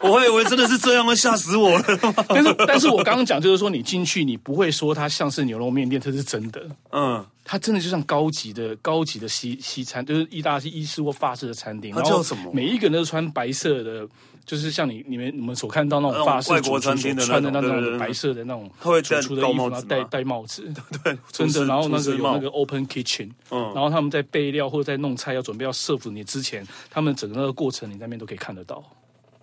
[SPEAKER 1] 我我还以为真的是这样，会啊吓死我了。
[SPEAKER 2] 但是，但是我刚刚讲就是说，你进去你不会说它像是牛肉面店，这是真的，
[SPEAKER 1] 嗯，
[SPEAKER 2] 它真的就像高级的高级的西西餐，就是意大利意式或法式的餐厅。
[SPEAKER 1] 它
[SPEAKER 2] 然后
[SPEAKER 1] 叫什么
[SPEAKER 2] 每一个人都穿白色的，就是像你你们你们所看到那
[SPEAKER 1] 那
[SPEAKER 2] 种
[SPEAKER 1] 种
[SPEAKER 2] 法式
[SPEAKER 1] 外国
[SPEAKER 2] 主厨
[SPEAKER 1] 餐厅的
[SPEAKER 2] 所穿的
[SPEAKER 1] 那种对对对
[SPEAKER 2] 种白色的那种
[SPEAKER 1] 他会
[SPEAKER 2] 主
[SPEAKER 1] 戴
[SPEAKER 2] 厨的
[SPEAKER 1] 高
[SPEAKER 2] 衣服，
[SPEAKER 1] 帽
[SPEAKER 2] 然后
[SPEAKER 1] 子
[SPEAKER 2] 戴
[SPEAKER 1] 吗
[SPEAKER 2] 戴帽子，
[SPEAKER 1] [LAUGHS] 对，
[SPEAKER 2] [LAUGHS] 真
[SPEAKER 1] 厨
[SPEAKER 2] 的。
[SPEAKER 1] 师
[SPEAKER 2] 然后那
[SPEAKER 1] 厨
[SPEAKER 2] 个
[SPEAKER 1] 师
[SPEAKER 2] 有
[SPEAKER 1] 帽
[SPEAKER 2] 那个 open kitchen，
[SPEAKER 1] 嗯
[SPEAKER 2] 然后他们在备料或者在弄菜要准备要 serve 你之前，他们整个那个过程你那边都可以看得到。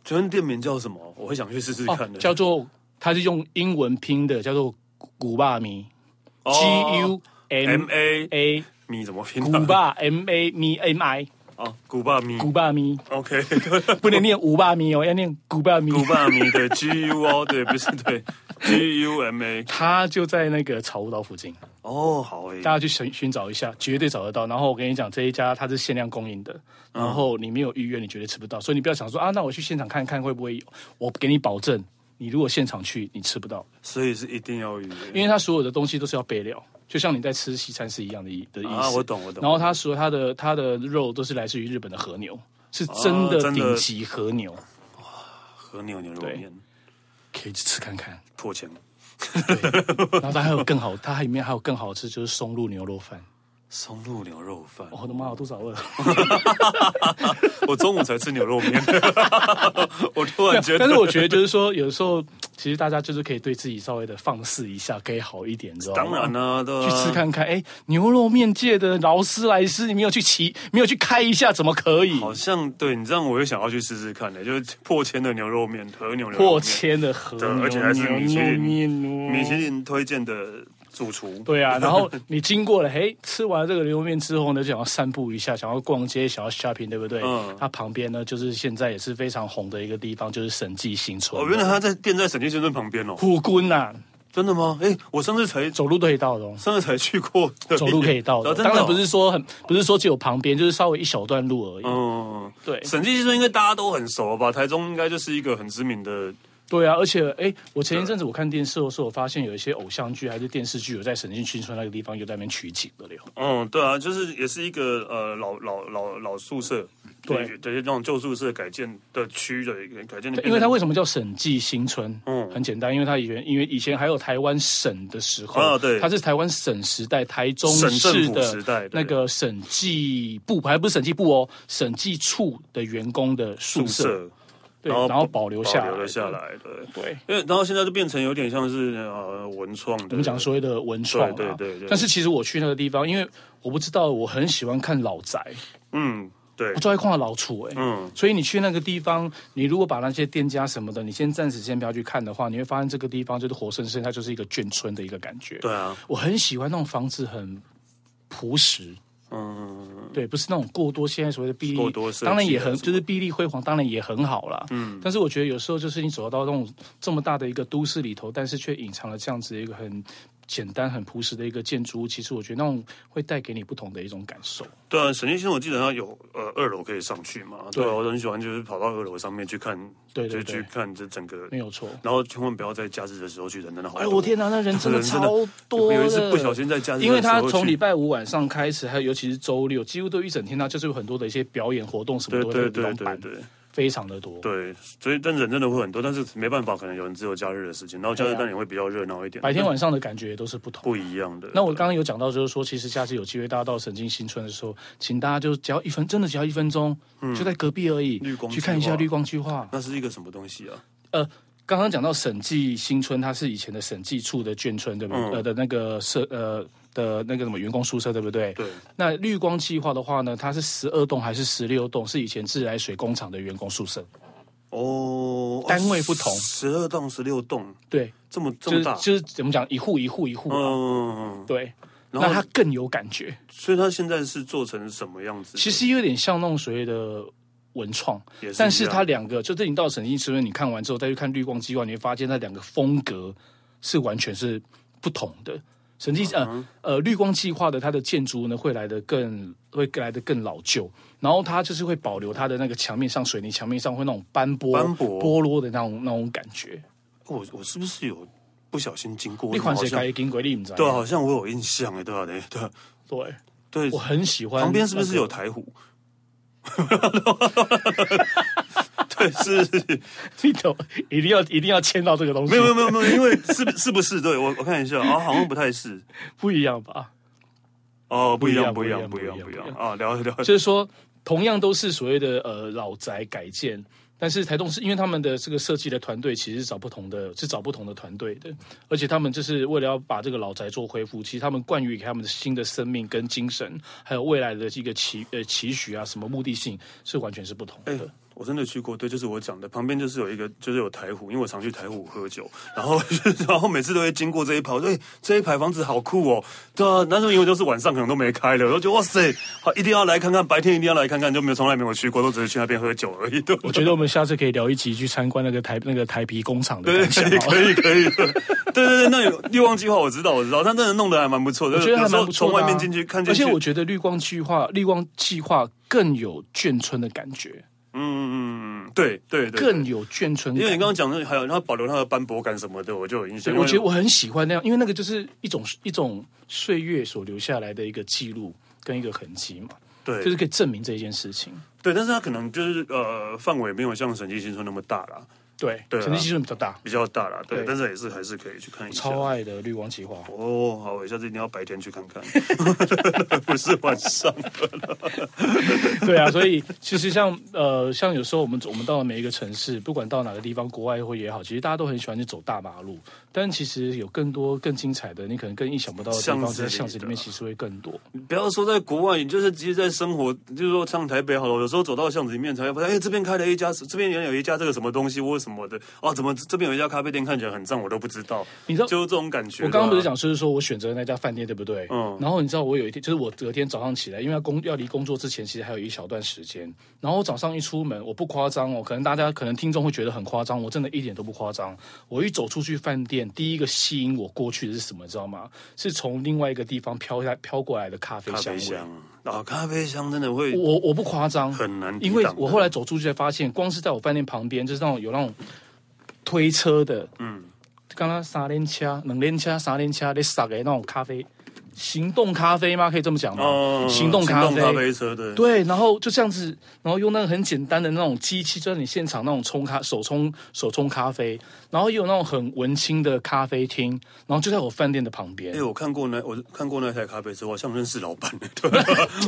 [SPEAKER 1] 请问店名叫什么？我会想去试试看的。
[SPEAKER 2] 哦叫做它是用英文拼的，叫做古巴米
[SPEAKER 1] 哦
[SPEAKER 2] G U M
[SPEAKER 1] M A
[SPEAKER 2] A
[SPEAKER 1] 米怎么拼
[SPEAKER 2] 古
[SPEAKER 1] 啊？
[SPEAKER 2] 巴 M A 米 M I
[SPEAKER 1] 哦，古巴米
[SPEAKER 2] 古巴米，
[SPEAKER 1] ，OK， [LAUGHS]
[SPEAKER 2] 不能念古巴米哦，要念古巴米。
[SPEAKER 1] 古巴米对 G U O 对，不是对 G U M A
[SPEAKER 2] 它就在那个草悟岛附近，
[SPEAKER 1] 哦，好诶
[SPEAKER 2] 大，家去寻寻找一下，绝对找得到。然后我跟你讲，这一家它是限量供应的，然后你没有预约，你绝对吃不到。所以你不要想说啊，那我去现场看看会不会有，我给你保证，你如果现场去，你吃不到。
[SPEAKER 1] 所以是一定要预
[SPEAKER 2] 因
[SPEAKER 1] 约
[SPEAKER 2] 为它所有的东西都是要备料，就像你在吃西餐是一样的意的意思。
[SPEAKER 1] 啊，我懂我懂。
[SPEAKER 2] 然后它所有它的它的肉都是来自于日本的和牛，是真
[SPEAKER 1] 啊
[SPEAKER 2] 的
[SPEAKER 1] 真的
[SPEAKER 2] 顶级和牛，
[SPEAKER 1] 和牛牛肉面
[SPEAKER 2] 可以去吃看看。
[SPEAKER 1] 破千，
[SPEAKER 2] 然后它还有更好，它里面还有更好吃，就是松露牛肉饭。
[SPEAKER 1] 松露牛肉饭。
[SPEAKER 2] 我的妈，我多少饿！
[SPEAKER 1] [LAUGHS] 我中午才吃牛肉面， [LAUGHS] 我突然觉得，
[SPEAKER 2] 但是我觉得就是说，有时候其实大家就是可以对自己稍微的放肆一下，可以好一点，你知道吗？
[SPEAKER 1] 当然啦、对啊
[SPEAKER 2] 去吃。看看，哎，牛肉面界的劳斯莱斯，你没有去骑，没有去开一下，怎么可以？
[SPEAKER 1] 好像对你这样，我又想要去试试看呢、就是破千的牛肉面，和牛牛肉面
[SPEAKER 2] 破，千的和牛
[SPEAKER 1] 对而且还是米其林
[SPEAKER 2] 牛肉面哦
[SPEAKER 1] 米其林推荐的主厨，
[SPEAKER 2] 对啊，然后你经过了，嘿，吃完这个牛肉面之后呢，就想要散步一下，想要逛街，想要 shopping，对不对？
[SPEAKER 1] 嗯
[SPEAKER 2] 它旁边呢，就是现在也是非常红的一个地方，就是审计新村。
[SPEAKER 1] 哦，原来他在店在审计先生旁边哦，
[SPEAKER 2] 普棍呐、
[SPEAKER 1] 真的吗？哎，我上次才
[SPEAKER 2] 走路都可以到的、哦。
[SPEAKER 1] 上次才去过的，
[SPEAKER 2] 走路可以到的，
[SPEAKER 1] 哦真的哦
[SPEAKER 2] 当然不是说很，不是说只有旁边，就是稍微一小段路而已。
[SPEAKER 1] 嗯，
[SPEAKER 2] 对
[SPEAKER 1] 审计先生应该大家都很熟吧？台中应该就是一个很知名的
[SPEAKER 2] 对啊，而且哎，我前一阵子我看电视的时候，我发现有一些偶像剧还是电视剧有在审计新村那个地方有在那边取景的了。
[SPEAKER 1] 嗯，对啊，就是也是一个呃老老老老宿舍，
[SPEAKER 2] 对
[SPEAKER 1] 对，就是那种旧宿舍改建的区的一个改建的，
[SPEAKER 2] 因为它为什么叫审计新村？
[SPEAKER 1] 嗯
[SPEAKER 2] 嗯，很简单，因为它以前因为以前还有台湾省的时候，
[SPEAKER 1] 啊对
[SPEAKER 2] 它是台湾省时代台中
[SPEAKER 1] 省政
[SPEAKER 2] 市
[SPEAKER 1] 府时代
[SPEAKER 2] 的
[SPEAKER 1] 对
[SPEAKER 2] 那个审计部，还不是审计部哦，审计处的员工的宿
[SPEAKER 1] 宿
[SPEAKER 2] 舍，
[SPEAKER 1] 舍
[SPEAKER 2] 对，
[SPEAKER 1] 然后
[SPEAKER 2] 然后保留下来，
[SPEAKER 1] 保留了下。来，对。
[SPEAKER 2] 对，
[SPEAKER 1] 因为然后现在就变成有点像是呃文创的，
[SPEAKER 2] 我们讲所谓的文创、啊，
[SPEAKER 1] 对对对对
[SPEAKER 2] 但是其实我去那个地方，因为我不知道，我很喜欢看老宅，
[SPEAKER 1] 嗯，对
[SPEAKER 2] 我，最爱看老厝、哎，
[SPEAKER 1] 嗯，
[SPEAKER 2] 所以你去那个地方，你如果把那些店家什么的，你先暂时先不要去看的话，你会发现这个地方就是活生生，它就是一个眷村的一个感觉。
[SPEAKER 1] 对啊，
[SPEAKER 2] 我很喜欢那种房子很朴实，
[SPEAKER 1] 嗯，
[SPEAKER 2] 对，不是那种过多现在所谓的臂
[SPEAKER 1] 过
[SPEAKER 2] 力
[SPEAKER 1] 多设计，啊
[SPEAKER 2] 当然也很
[SPEAKER 1] 还是什么
[SPEAKER 2] 就是臂力辉煌，当然也很好啦。
[SPEAKER 1] 嗯，
[SPEAKER 2] 但是我觉得有时候就是你走到那种这么大的一个都市里头，但是却隐藏了这样子的一个很简单、很朴实的一个建筑物，其实我觉得那种会带给你不同的一种感受。
[SPEAKER 1] 对啊，沈立新我记得他有呃二楼可以上去嘛，对啊，我很喜欢就是跑到二楼上面去看，
[SPEAKER 2] 对对
[SPEAKER 1] 就去
[SPEAKER 2] 对，
[SPEAKER 1] 看这整个
[SPEAKER 2] 没，有错。
[SPEAKER 1] 然后千万不要在假日的时候去，人真的好多。
[SPEAKER 2] 哎，我天哪，那人真的
[SPEAKER 1] 人真的
[SPEAKER 2] 超多的！
[SPEAKER 1] 有一次不小心在假日的时
[SPEAKER 2] 因
[SPEAKER 1] 候
[SPEAKER 2] 为
[SPEAKER 1] 去，
[SPEAKER 2] 他从礼拜五晚上开始，还有尤其是周六，几乎都一整天，他啊就是有很多的一些表演活动什么
[SPEAKER 1] 对
[SPEAKER 2] 都会在
[SPEAKER 1] 对
[SPEAKER 2] 这个
[SPEAKER 1] 对
[SPEAKER 2] 地方
[SPEAKER 1] 对
[SPEAKER 2] 办，
[SPEAKER 1] 对
[SPEAKER 2] 非常的多。
[SPEAKER 1] 对，所以但人真的会很多，但是没办法，可能有人只有假日的时间，然后假日
[SPEAKER 2] 对啊
[SPEAKER 1] 当然也会比较热闹一点，
[SPEAKER 2] 白天晚上的感觉也都是不同。
[SPEAKER 1] 不一样的。
[SPEAKER 2] 那我刚刚有讲到，就是说，其实下次有机会大家到神经新村的时候，请大家就只要一分，真的只要一分钟，就在隔壁而已
[SPEAKER 1] 嗯绿光，
[SPEAKER 2] 去看一
[SPEAKER 1] 计
[SPEAKER 2] 下
[SPEAKER 1] 划
[SPEAKER 2] 绿光计划。
[SPEAKER 1] 那是一个什么东西啊？
[SPEAKER 2] 呃，刚刚讲到审计新村，它是以前的审计处的眷村，对不对？
[SPEAKER 1] 嗯
[SPEAKER 2] 呃的那个社呃的那个什么员工宿舍，对不对？
[SPEAKER 1] 对，
[SPEAKER 2] 那绿光计划的话呢，它是十二栋还是十六栋？是以前自来水工厂的员工宿舍。
[SPEAKER 1] 哦，
[SPEAKER 2] 单位不同
[SPEAKER 1] 十二栋、十六栋，
[SPEAKER 2] 对，
[SPEAKER 1] 这么这
[SPEAKER 2] 就
[SPEAKER 1] 么
[SPEAKER 2] 是
[SPEAKER 1] 大，
[SPEAKER 2] 就是怎么讲，一户一户一户啊、
[SPEAKER 1] 嗯，
[SPEAKER 2] 对，
[SPEAKER 1] 然
[SPEAKER 2] 那
[SPEAKER 1] 后
[SPEAKER 2] 它更有感觉。
[SPEAKER 1] 所以它现在是做成什么样子？
[SPEAKER 2] 其实有点像那种所谓的文创，
[SPEAKER 1] 也是一样，啊
[SPEAKER 2] 但是它两个，就是你到神经村，你看完之后再去看绿光计划，你会发现它两个风格是完全是不同的。神经
[SPEAKER 1] 嗯
[SPEAKER 2] 呃呃，绿光计划的它的建筑呢会来的更会来的更老旧，然后它就是会保留它的那个墙面上水泥墙面上会那种斑驳
[SPEAKER 1] 斑驳
[SPEAKER 2] 剥落的那种那种感觉。
[SPEAKER 1] 我我是不是有不小心经过？
[SPEAKER 2] 你款
[SPEAKER 1] 好
[SPEAKER 2] 谁
[SPEAKER 1] 像
[SPEAKER 2] 改金鬼你唔知道？
[SPEAKER 1] 对啊，好像我有印象哎，对啊，对对啊
[SPEAKER 2] 对，
[SPEAKER 1] 对
[SPEAKER 2] 我，很喜欢。
[SPEAKER 1] 旁边是不是有？台虎？ [LAUGHS] 对，是是是
[SPEAKER 2] [LAUGHS] 你懂，一定要一定要签到这个东西，
[SPEAKER 1] 没有没有没有没有，因为是 [LAUGHS] 是不是？对我我看一下啊，好像不太是
[SPEAKER 2] 不一样吧？
[SPEAKER 1] 哦，不一样
[SPEAKER 2] 不
[SPEAKER 1] 不
[SPEAKER 2] 一
[SPEAKER 1] 一
[SPEAKER 2] 样
[SPEAKER 1] 样不一样
[SPEAKER 2] 不
[SPEAKER 1] 不
[SPEAKER 2] 一
[SPEAKER 1] 一
[SPEAKER 2] 样
[SPEAKER 1] 样啊，聊聊
[SPEAKER 2] 就是说，同样都是所谓的呃老宅改建，但是台东是因为他们的这个设计的团队其实是找不同的，是找不同的团队的，而且他们就是为了要把这个老宅做恢复，其实他们冠予给他们的新的生命跟精神，还有未来的这个期呃期许啊，什么目的性是完全是不同的。
[SPEAKER 1] 哎、我真的去过，对，就是我讲的，旁边就是有一个，就是有台虎，因为我常去台虎喝酒，然后 [LAUGHS] 然后每次都会经过这一排，我说、哎，这一排房子好酷哦，对啊，那时候因为都是晚上可能都没开的，我就觉得哇塞，好一定要来看看，白天一定要来看看，就没有从来没有去过，都只是去那边喝酒而已，对。
[SPEAKER 2] 我觉得我们下次可以聊一集去参观那个台那个台皮工厂的
[SPEAKER 1] 对，
[SPEAKER 2] 感想
[SPEAKER 1] 可以，
[SPEAKER 2] 好了
[SPEAKER 1] 可以，可以。 [LAUGHS] 对对对，那有欲望计划我知道，我知道，他真的弄得还蛮不错的。
[SPEAKER 2] 我觉得还
[SPEAKER 1] 有时候
[SPEAKER 2] 蛮不错的啊、
[SPEAKER 1] 从外面进去看进
[SPEAKER 2] 而
[SPEAKER 1] 去，
[SPEAKER 2] 且我觉得绿光计划绿光计划更有眷村的感觉，
[SPEAKER 1] 嗯嗯嗯，对对对，
[SPEAKER 2] 更有眷村
[SPEAKER 1] 因
[SPEAKER 2] 感
[SPEAKER 1] 为。你刚刚讲的，还有他保留他的斑驳感什么的，我就有印象。
[SPEAKER 2] 对，我觉得我很喜欢那样，因为那个就是一种一种岁月所留下来的一个记录跟一个痕迹嘛，
[SPEAKER 1] 对，
[SPEAKER 2] 就是可以证明这件事情。
[SPEAKER 1] 对，但是它可能就是呃范围没有像神经新村那么大啦，
[SPEAKER 2] 对，
[SPEAKER 1] 对啊
[SPEAKER 2] 成绩基准比较大，
[SPEAKER 1] 比较大啦，对，
[SPEAKER 2] 对
[SPEAKER 1] 但是也是还是可啊以去看一下。
[SPEAKER 2] 超啊爱的绿光计划。
[SPEAKER 1] 哦，好，我下次一定要白天去看看， [LAUGHS] 不是晚上。
[SPEAKER 2] 对啊，所以其实像呃，像有时候我们我们到了每一个城市，不管到哪个地方，国外或也好，其实大家都很喜欢去走大马路，但其实有更多更精彩的，你可能更意想不到的地
[SPEAKER 1] 巷
[SPEAKER 2] 方，
[SPEAKER 1] 子
[SPEAKER 2] 在
[SPEAKER 1] 里
[SPEAKER 2] 巷子里面
[SPEAKER 1] 的
[SPEAKER 2] 其实会更多。
[SPEAKER 1] 不要说在国外，你就是直接在生活，就是说上台北好了，有时候走到巷子里面才会发现，哎，这边开了一家，这边原来有一家这个什么东西或什么的，哦，怎么这边有一家咖啡店看起来很赞，我都不知道，
[SPEAKER 2] 你知道
[SPEAKER 1] 就是这种感觉。
[SPEAKER 2] 我刚刚不是，讲，就是说我选择的那家饭店，对不对？
[SPEAKER 1] 嗯
[SPEAKER 2] 然后你知道我有一天，就是我隔天早上起来，因为要工要离工作之前，其实还有一小段时间。然后我早上一出门，我不夸张哦，可能大家可能听众会觉得很夸张，我真的一点都不夸张。我一走出去饭店，第一个吸引我过去的是什么？你知道吗？是从另外一个地方飘来飘过来的咖啡
[SPEAKER 1] 咖
[SPEAKER 2] 香
[SPEAKER 1] 啡
[SPEAKER 2] 味。
[SPEAKER 1] 香，啊、咖啡香真的会
[SPEAKER 2] 我我不夸
[SPEAKER 1] [LAUGHS]
[SPEAKER 2] 张，
[SPEAKER 1] 很难抵
[SPEAKER 2] 因
[SPEAKER 1] 挡的
[SPEAKER 2] 为我后来走出去才发现，光是在我饭店旁边，就是那种有那种推车的，嗯，刚刚三轮车、两轮车、三轮车，你撒的那种咖啡，行动咖啡吗？可以这么讲吗？
[SPEAKER 1] 哦，
[SPEAKER 2] 行动咖啡。
[SPEAKER 1] 车的，
[SPEAKER 2] 对，然后就这样子，然后用那个很简单的那种机器，就是你现场那种冲咖手冲手冲咖啡，然后也有那种很文青的咖啡厅，然后就在我饭店的旁边
[SPEAKER 1] 哎、。我看过那我看过那台咖啡车，我好像认识老板， [LAUGHS] 对吧？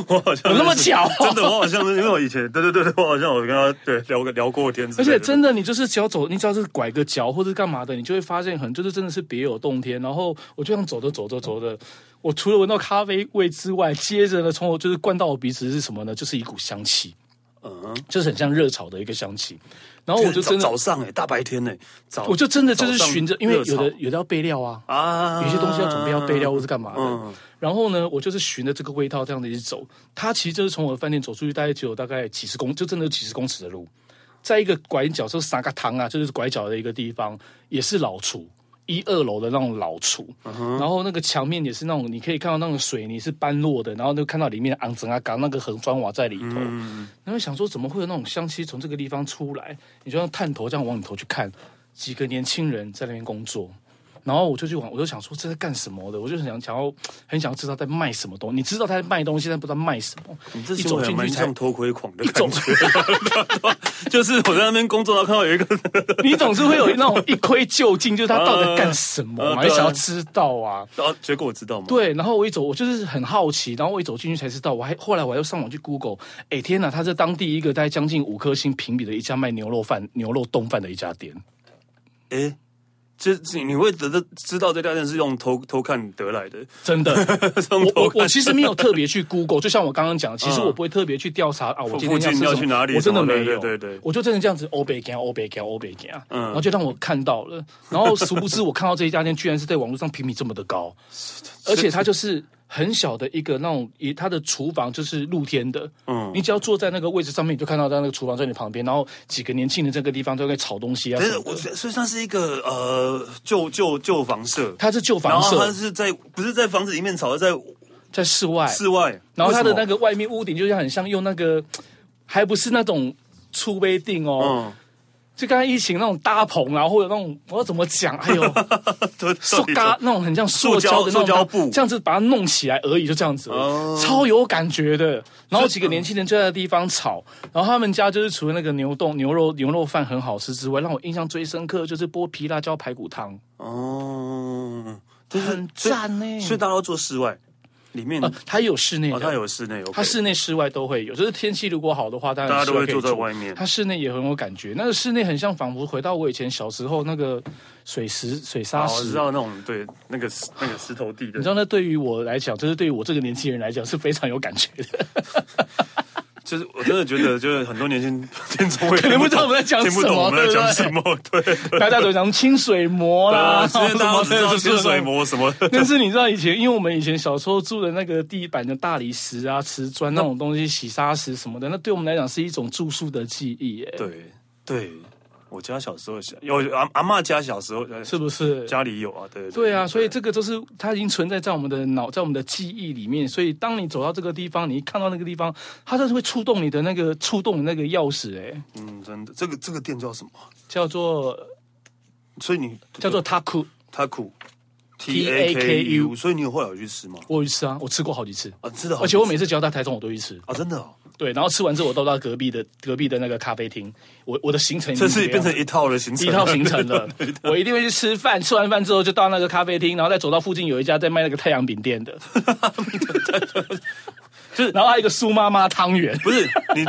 [SPEAKER 1] 我好像
[SPEAKER 2] 有那么
[SPEAKER 1] 认识
[SPEAKER 2] 巧啊
[SPEAKER 1] 真的，我好像因为我以前对对对对，我好像我跟他对聊个聊过天之
[SPEAKER 2] 而
[SPEAKER 1] 类的，
[SPEAKER 2] 且真的，你就是只要走，你只要是拐个角或者干嘛的，你就会发现很就是真的是别有洞天。然后我就这样走着走着走着，我除了闻到咖啡味之外，接着呢，从我就是灌到我鼻子是什么呢？就是一股香气，
[SPEAKER 1] 嗯
[SPEAKER 2] 就是很像热炒的一个香气。然后哦我就真的
[SPEAKER 1] 早，上哎，大白天哎，早
[SPEAKER 2] 我就真的就是
[SPEAKER 1] 早上
[SPEAKER 2] 循着，因为
[SPEAKER 1] 热
[SPEAKER 2] 有的
[SPEAKER 1] 炒
[SPEAKER 2] 有的要备料啊，
[SPEAKER 1] 啊，
[SPEAKER 2] 有些东西要准备要备料或是干嘛的。
[SPEAKER 1] 嗯
[SPEAKER 2] 然后呢，我就是循着这个味道这样子一直走。它其实就是从我的饭店走出去，大概只有大概几十公，就真的有几十公尺的路，在一个拐角，就是沙嘎汤啊，就是拐角的一个地方，也是老厨。一二楼的那种老厨，然后那个墙面也是那种，你可以看到那种水泥是斑落的，然后就看到里面昂整啊嘎那个横砖瓦在里头，然后想说怎么会有那种香气从这个地方出来？你就要探头这样往里头去看，几个年轻人在那边工作，然后我就去往，我就想说这在干什么的？我就很想想要很想要知道在卖什么东西。你知道他在卖东西，但不知道卖什么。
[SPEAKER 1] 你这
[SPEAKER 2] 一
[SPEAKER 1] 行
[SPEAKER 2] 走
[SPEAKER 1] 为还
[SPEAKER 2] 进
[SPEAKER 1] 蛮
[SPEAKER 2] 去才
[SPEAKER 1] 像，偷窥狂的
[SPEAKER 2] 一
[SPEAKER 1] 感
[SPEAKER 2] 种
[SPEAKER 1] 觉， [LAUGHS] 就是我在那边工作，然后看到有一个
[SPEAKER 2] 你总是会有那种一窥究竟，就是他到底在干什么嘛？
[SPEAKER 1] 嗯嗯
[SPEAKER 2] 你
[SPEAKER 1] 对啊
[SPEAKER 2] 想要知道啊。
[SPEAKER 1] 然后结果我知道吗？，
[SPEAKER 2] 对，然后我一走，我就是很好奇，然后我一走进去才知道，我还后来我还又上网去 Google，哎天哪，他是当地一个大概将近五颗星评比的一家卖牛肉饭、牛肉冻饭的一家店。
[SPEAKER 1] 哎，这这你会得知知道这家店是用偷偷看得来的， [LAUGHS]
[SPEAKER 2] 真的，
[SPEAKER 1] 用
[SPEAKER 2] 我
[SPEAKER 1] 偷
[SPEAKER 2] 我我
[SPEAKER 1] 看
[SPEAKER 2] 其实没有特别去 Google，就像我刚刚讲的，其实
[SPEAKER 1] 嗯
[SPEAKER 2] 我不会特别去调查啊，我今
[SPEAKER 1] 附
[SPEAKER 2] 天
[SPEAKER 1] 近
[SPEAKER 2] 吃
[SPEAKER 1] 要
[SPEAKER 2] 什么
[SPEAKER 1] 去哪里
[SPEAKER 2] 我真的
[SPEAKER 1] 什么
[SPEAKER 2] 没
[SPEAKER 1] 的
[SPEAKER 2] 有，
[SPEAKER 1] 对对对
[SPEAKER 2] 我就真的这样子欧北干欧北干啊欧北干，
[SPEAKER 1] 嗯
[SPEAKER 2] 然后就让我看到了，然后殊不知我看到这一家店居然是在网络上评比这么
[SPEAKER 1] [LAUGHS]
[SPEAKER 2] 的高，而且它就是。很小的一个那种，以它的厨房就是露天的，嗯，你只要坐在那个位置上面，你就看到在那个厨房在你旁边，然后几个年轻人在这个地方都在炒东西啊
[SPEAKER 1] 但
[SPEAKER 2] 什
[SPEAKER 1] 是
[SPEAKER 2] 么
[SPEAKER 1] 我
[SPEAKER 2] 的。
[SPEAKER 1] 觉得所以算是一个呃旧旧旧房舍，
[SPEAKER 2] 它是旧
[SPEAKER 1] 然
[SPEAKER 2] 房
[SPEAKER 1] 后它
[SPEAKER 2] 舍，
[SPEAKER 1] 是在不是在房子里面炒，而在
[SPEAKER 2] 在室外，
[SPEAKER 1] 室外，
[SPEAKER 2] 然后它的那
[SPEAKER 1] 个
[SPEAKER 2] 个外面屋顶就像很像用那个，还不是那种粗杯定哦，
[SPEAKER 1] 嗯， [LAUGHS]
[SPEAKER 2] 就刚才疫情那种搭棚啊，或者那种我要怎么讲？
[SPEAKER 1] [LAUGHS]
[SPEAKER 2] 哎呦，
[SPEAKER 1] 对，
[SPEAKER 2] 塑胶那种很像塑胶的那
[SPEAKER 1] 塑胶
[SPEAKER 2] 种
[SPEAKER 1] 塑胶布
[SPEAKER 2] 这样子把它弄起来而已，就这样子而已，
[SPEAKER 1] 哦
[SPEAKER 2] 超有感觉的。然后几个年轻人就在那地方炒，然后他们家就是除了那个牛冻牛肉牛肉饭很好吃之外，让我印象最深刻就是剥皮辣椒排骨汤，
[SPEAKER 1] 哦，就是
[SPEAKER 2] 很赞呢、
[SPEAKER 1] 所以大家要做室外，里面
[SPEAKER 2] 呃
[SPEAKER 1] 哦，，
[SPEAKER 2] 它有室内的，
[SPEAKER 1] 它有室内，有
[SPEAKER 2] 它室内室外都会有，就是天气如果好的话，当然
[SPEAKER 1] 大家都
[SPEAKER 2] 室
[SPEAKER 1] 会
[SPEAKER 2] 外可以
[SPEAKER 1] 坐在外面
[SPEAKER 2] 它室内也很有感觉，那个室内很像仿佛回到我以前小时候那个水石水沙
[SPEAKER 1] 啊，我
[SPEAKER 2] 石
[SPEAKER 1] 知。道那种对那个石那个石头地的
[SPEAKER 2] 你知，道，那对于我来讲，就是对于我这个年轻人来讲是非常有感觉
[SPEAKER 1] [LAUGHS]
[SPEAKER 2] 的。
[SPEAKER 1] 就是我真的觉得，就是很多年轻听众会
[SPEAKER 2] [LAUGHS] 可能不知道我们在讲
[SPEAKER 1] 听不懂
[SPEAKER 2] 什么
[SPEAKER 1] 我们在讲
[SPEAKER 2] 对
[SPEAKER 1] 什么，对对
[SPEAKER 2] 大家都讲清水模啦，
[SPEAKER 1] 啊，所以大家都知
[SPEAKER 2] [LAUGHS]
[SPEAKER 1] 道
[SPEAKER 2] 什么
[SPEAKER 1] 清
[SPEAKER 2] 的
[SPEAKER 1] 水。模什么的，
[SPEAKER 2] 但是你知道以前，因为我们以前小时候住的那个地板的大理石啊、瓷砖那种东西、洗沙石什么的，那对我们来讲是一种住宿的记忆，耶，
[SPEAKER 1] [LAUGHS] 对对，我家小时候小有阿阿嬷家小时候呃
[SPEAKER 2] 是不是？
[SPEAKER 1] 家里有啊，对
[SPEAKER 2] 对啊，所以这个就是它已经存在在我们的脑，在我们的记忆里面。所以当你走到这个地方，你一看到那个地方，它就是会触动你的那个触动你那个钥匙，哎，
[SPEAKER 1] 嗯，真的，这个这个店叫什么？
[SPEAKER 2] 叫做
[SPEAKER 1] 所以你
[SPEAKER 2] 叫做 taku。
[SPEAKER 1] Taku T
[SPEAKER 2] T
[SPEAKER 1] A
[SPEAKER 2] A
[SPEAKER 1] K
[SPEAKER 2] K
[SPEAKER 1] U，
[SPEAKER 2] U
[SPEAKER 1] 所以你有后来有去吃吗？
[SPEAKER 2] 我有去吃啊，我吃过好几次，
[SPEAKER 1] 啊，吃的好
[SPEAKER 2] 而
[SPEAKER 1] 吃，
[SPEAKER 2] 且我每次只要到台中，我都去吃。
[SPEAKER 1] 啊，真的哦，
[SPEAKER 2] 对，然后吃完之后，我到到隔壁的隔壁的那个咖啡厅，我我的行程已经
[SPEAKER 1] 这是
[SPEAKER 2] 样
[SPEAKER 1] 变成一套的行程，
[SPEAKER 2] 一套行
[SPEAKER 1] [LAUGHS]
[SPEAKER 2] 程了。我一定会去吃饭，吃完饭之后就到那个咖啡厅，然后再走到附近有一家在卖那个太阳饼店
[SPEAKER 1] [LAUGHS]
[SPEAKER 2] 的，就是然后还有一个苏妈妈汤圆。
[SPEAKER 1] 不是你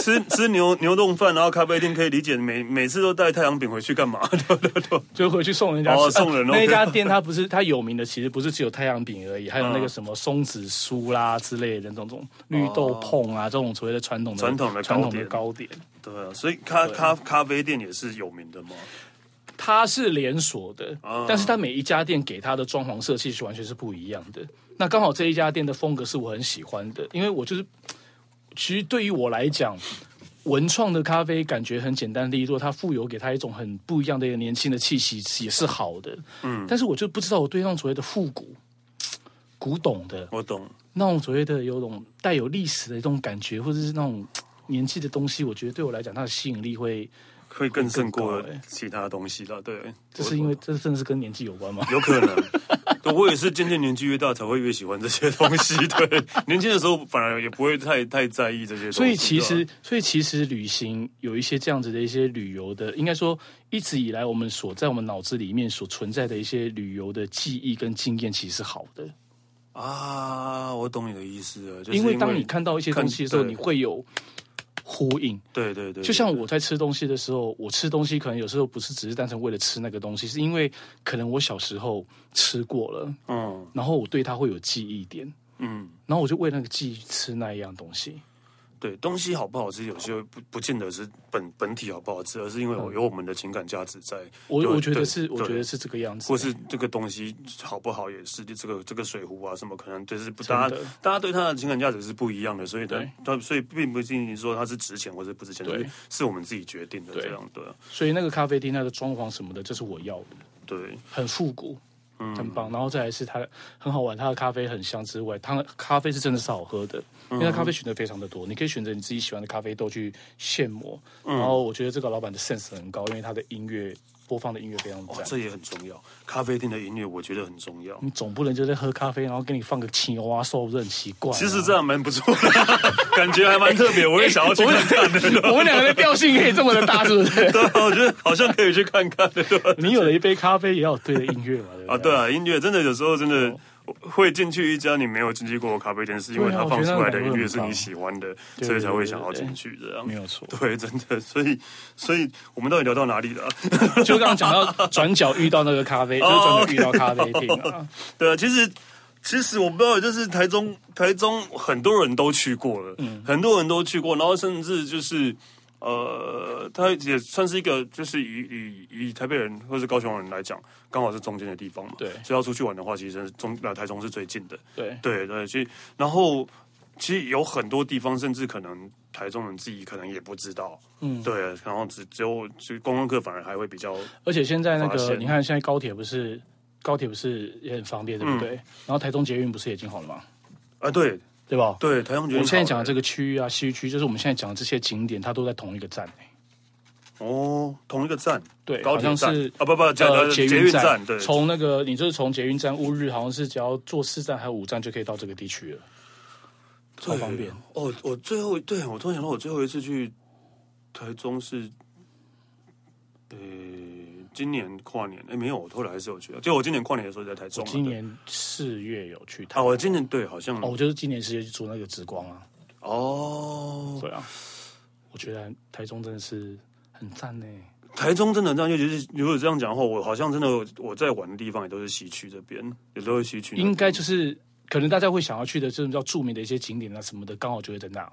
[SPEAKER 1] 吃 [LAUGHS] 吃牛牛冻饭，然后咖啡厅可以理解，每每次都带太阳饼回去干嘛？ [LAUGHS] 对对对，
[SPEAKER 2] 就回去送人家吃。
[SPEAKER 1] 哦送人
[SPEAKER 2] [LAUGHS] 呃
[SPEAKER 1] OK
[SPEAKER 2] 那一家店它不是它有名的，其实不是只有太阳饼而已，还有那个什么松子酥啦之类的那种种绿豆椪啊，这种所谓的传统的
[SPEAKER 1] 哦传统的糕点
[SPEAKER 2] 传统的糕点。
[SPEAKER 1] 对啊，所以咖咖咖啡店也是有名的嘛。
[SPEAKER 2] 它是连锁的
[SPEAKER 1] 啊，
[SPEAKER 2] 但是它每一家店给它的装潢设计是完全是不一样的。那刚好这一家店的风格是我很喜欢的，因为我就是，其实对于我来讲，文创的咖啡感觉很简单利落，它富有给它一种很不一样的一个年轻的气息，也是好的。嗯，但是我就不知道我对那种所谓的复古、古董的
[SPEAKER 1] 我懂，
[SPEAKER 2] 那种所谓的有种带有历史的一种感觉，或者是那种年纪的东西，我觉得对我来讲，它的吸引力会，
[SPEAKER 1] 会更胜过
[SPEAKER 2] 会更高欸
[SPEAKER 1] 其他东西了。对，
[SPEAKER 2] 这是因为这真的是跟年纪有关吗？
[SPEAKER 1] 有可能。 [LAUGHS] 对我也是渐渐年纪越大才会越喜欢这些东西。 [LAUGHS] 对，年轻的时候反而也不会太太在意这些东西。
[SPEAKER 2] 所以其
[SPEAKER 1] 对
[SPEAKER 2] 实
[SPEAKER 1] 吧，
[SPEAKER 2] 所以其实旅行有一些这样子的一些旅游的，应该说一直以来我们所在我们脑子里面所存在的一些旅游的记忆跟经验，其实是好的，
[SPEAKER 1] 啊，我懂你的意思了，就是
[SPEAKER 2] 因为当你看到一些
[SPEAKER 1] 看
[SPEAKER 2] 东西的时候，
[SPEAKER 1] 对
[SPEAKER 2] 你会有呼应。
[SPEAKER 1] 对对对，
[SPEAKER 2] 就像我在吃东西的时候，我吃东西可能有时候不是只是单纯为了吃那个东西，是因为可能我小时候吃过了，
[SPEAKER 1] 嗯
[SPEAKER 2] 然后我对它会有记忆点，
[SPEAKER 1] 嗯，
[SPEAKER 2] 然后我就为那个记忆吃那一样东西。
[SPEAKER 1] 对东西好不好吃，有些不不见得是本本体好不好吃，而是因为有有我们的情感价值在。
[SPEAKER 2] 嗯我
[SPEAKER 1] 对
[SPEAKER 2] 我觉得
[SPEAKER 1] 对
[SPEAKER 2] 是，我
[SPEAKER 1] 对
[SPEAKER 2] 觉得是这个样子，
[SPEAKER 1] 或是这个东西好不好也是，这个这个水壶啊什么，可能就是不
[SPEAKER 2] 真
[SPEAKER 1] 大
[SPEAKER 2] 的
[SPEAKER 1] 家大家对它的情感价值是不一样的，所以它
[SPEAKER 2] 对
[SPEAKER 1] 它所以并不仅仅说它是值钱或者不值钱，
[SPEAKER 2] 对
[SPEAKER 1] 是是我们自己决定的
[SPEAKER 2] 对
[SPEAKER 1] 这样对啊
[SPEAKER 2] 所以那个咖啡厅它的装潢什么的，这是我要的，
[SPEAKER 1] 对
[SPEAKER 2] 很复古。很棒，然后再来是它很好玩，它的咖啡很香之外，它的咖啡是真的是好喝的，因为它咖啡选择非常的多，你可以选择你自己喜欢的咖啡豆去现磨。然后我觉得这个老板的 sense 很高，因为他的音乐播放的音乐非常
[SPEAKER 1] 哦，
[SPEAKER 2] 赞。
[SPEAKER 1] 这也很重要。咖啡厅的音乐我觉得很重要，
[SPEAKER 2] 你总不能就在喝咖啡，然后给你放个青蛙瘦，这很奇怪、啊
[SPEAKER 1] 其实这样蛮不错
[SPEAKER 2] [LAUGHS]
[SPEAKER 1] 的，感觉还蛮特别，我也想要去看看的。
[SPEAKER 2] 哎我们两个的调性可以这么的大，是不
[SPEAKER 1] [LAUGHS]
[SPEAKER 2] 是？
[SPEAKER 1] 对啊，我觉得好像可以去看看的。对吧
[SPEAKER 2] 你有了一杯咖啡，也要有对的音乐嘛，对不对？啊
[SPEAKER 1] 啊，对啊，音乐真的有时候真的会进去一家你没有进去过的咖啡店，是因为
[SPEAKER 2] 对啊
[SPEAKER 1] 它
[SPEAKER 2] 我
[SPEAKER 1] 放
[SPEAKER 2] 觉得
[SPEAKER 1] 出来
[SPEAKER 2] 那
[SPEAKER 1] 的
[SPEAKER 2] 个
[SPEAKER 1] 音
[SPEAKER 2] 很
[SPEAKER 1] 乐是
[SPEAKER 2] 棒
[SPEAKER 1] 你喜欢的，
[SPEAKER 2] 对
[SPEAKER 1] 所以才
[SPEAKER 2] 对
[SPEAKER 1] 会
[SPEAKER 2] 对
[SPEAKER 1] 想要
[SPEAKER 2] 对
[SPEAKER 1] 进去这样。
[SPEAKER 2] 没有错
[SPEAKER 1] 对，真的，所以所以我们到底聊到哪里了 [LAUGHS] 啊？
[SPEAKER 2] 就刚刚讲到转角遇到那个咖啡，就是转角遇到咖啡厅啊。
[SPEAKER 1] 对啊，其实其实我不知道，就是台中台中很多人都去过了，
[SPEAKER 2] 嗯
[SPEAKER 1] 很多人都去过，然后甚至就是。呃，它也算是一个，就是以以以台北人或是高雄人来讲，刚好是中间的地方嘛。
[SPEAKER 2] 对
[SPEAKER 1] 所以要出去玩的话，其实中来台中是最近的。
[SPEAKER 2] 对，
[SPEAKER 1] 对对，其实然后其实有很多地方，甚至可能台中人自己可能也不知道，嗯，对，然后只只有就观光客反而还会比较，
[SPEAKER 2] 而且现在那
[SPEAKER 1] 发
[SPEAKER 2] 个，
[SPEAKER 1] 现
[SPEAKER 2] 你看现在高铁不是高铁不是也很方便，对不
[SPEAKER 1] 嗯
[SPEAKER 2] 对？然后台中捷运不是也挺好了吗？
[SPEAKER 1] 啊，对
[SPEAKER 2] 对吧？
[SPEAKER 1] 对，台中觉
[SPEAKER 2] 我
[SPEAKER 1] 得
[SPEAKER 2] 们现在讲的
[SPEAKER 1] 这
[SPEAKER 2] 这个区域啊，西区，就是我们现在讲的这些景点，它都在同一个站、欸、
[SPEAKER 1] 哦，同一个站，
[SPEAKER 2] 对，
[SPEAKER 1] 高
[SPEAKER 2] 好
[SPEAKER 1] 铁
[SPEAKER 2] 像
[SPEAKER 1] 站
[SPEAKER 2] 是
[SPEAKER 1] 啊，不不，讲
[SPEAKER 2] 呃，
[SPEAKER 1] 的
[SPEAKER 2] 捷
[SPEAKER 1] 捷运
[SPEAKER 2] 站
[SPEAKER 1] 站，对，
[SPEAKER 2] 从那个你就是从捷运站乌日，好像是只要坐四站还有五站就可以到这个地区了，超
[SPEAKER 1] 对
[SPEAKER 2] 方便。。
[SPEAKER 1] 哦，我最后对我突然想到，我最后一次去台中是，呃，今年跨年，哎，没有，我后来还是有去的，就我今年跨年的时候在台中啊，
[SPEAKER 2] 今
[SPEAKER 1] 对
[SPEAKER 2] 年四月有去台
[SPEAKER 1] 啊，我今年对好像
[SPEAKER 2] 哦，我就是今年十月去做那个紫光啊，
[SPEAKER 1] 哦，
[SPEAKER 2] 对啊，我觉得啊台中真的是很赞呢。
[SPEAKER 1] 台中真的这样，尤其是如果这样讲的话，我好像真的我在玩的地方也都是西区这边，也都是西区那边。
[SPEAKER 2] 应该就是可能大家会想要去的，就是比较著名的一些景点啊什么的，刚好就会在那。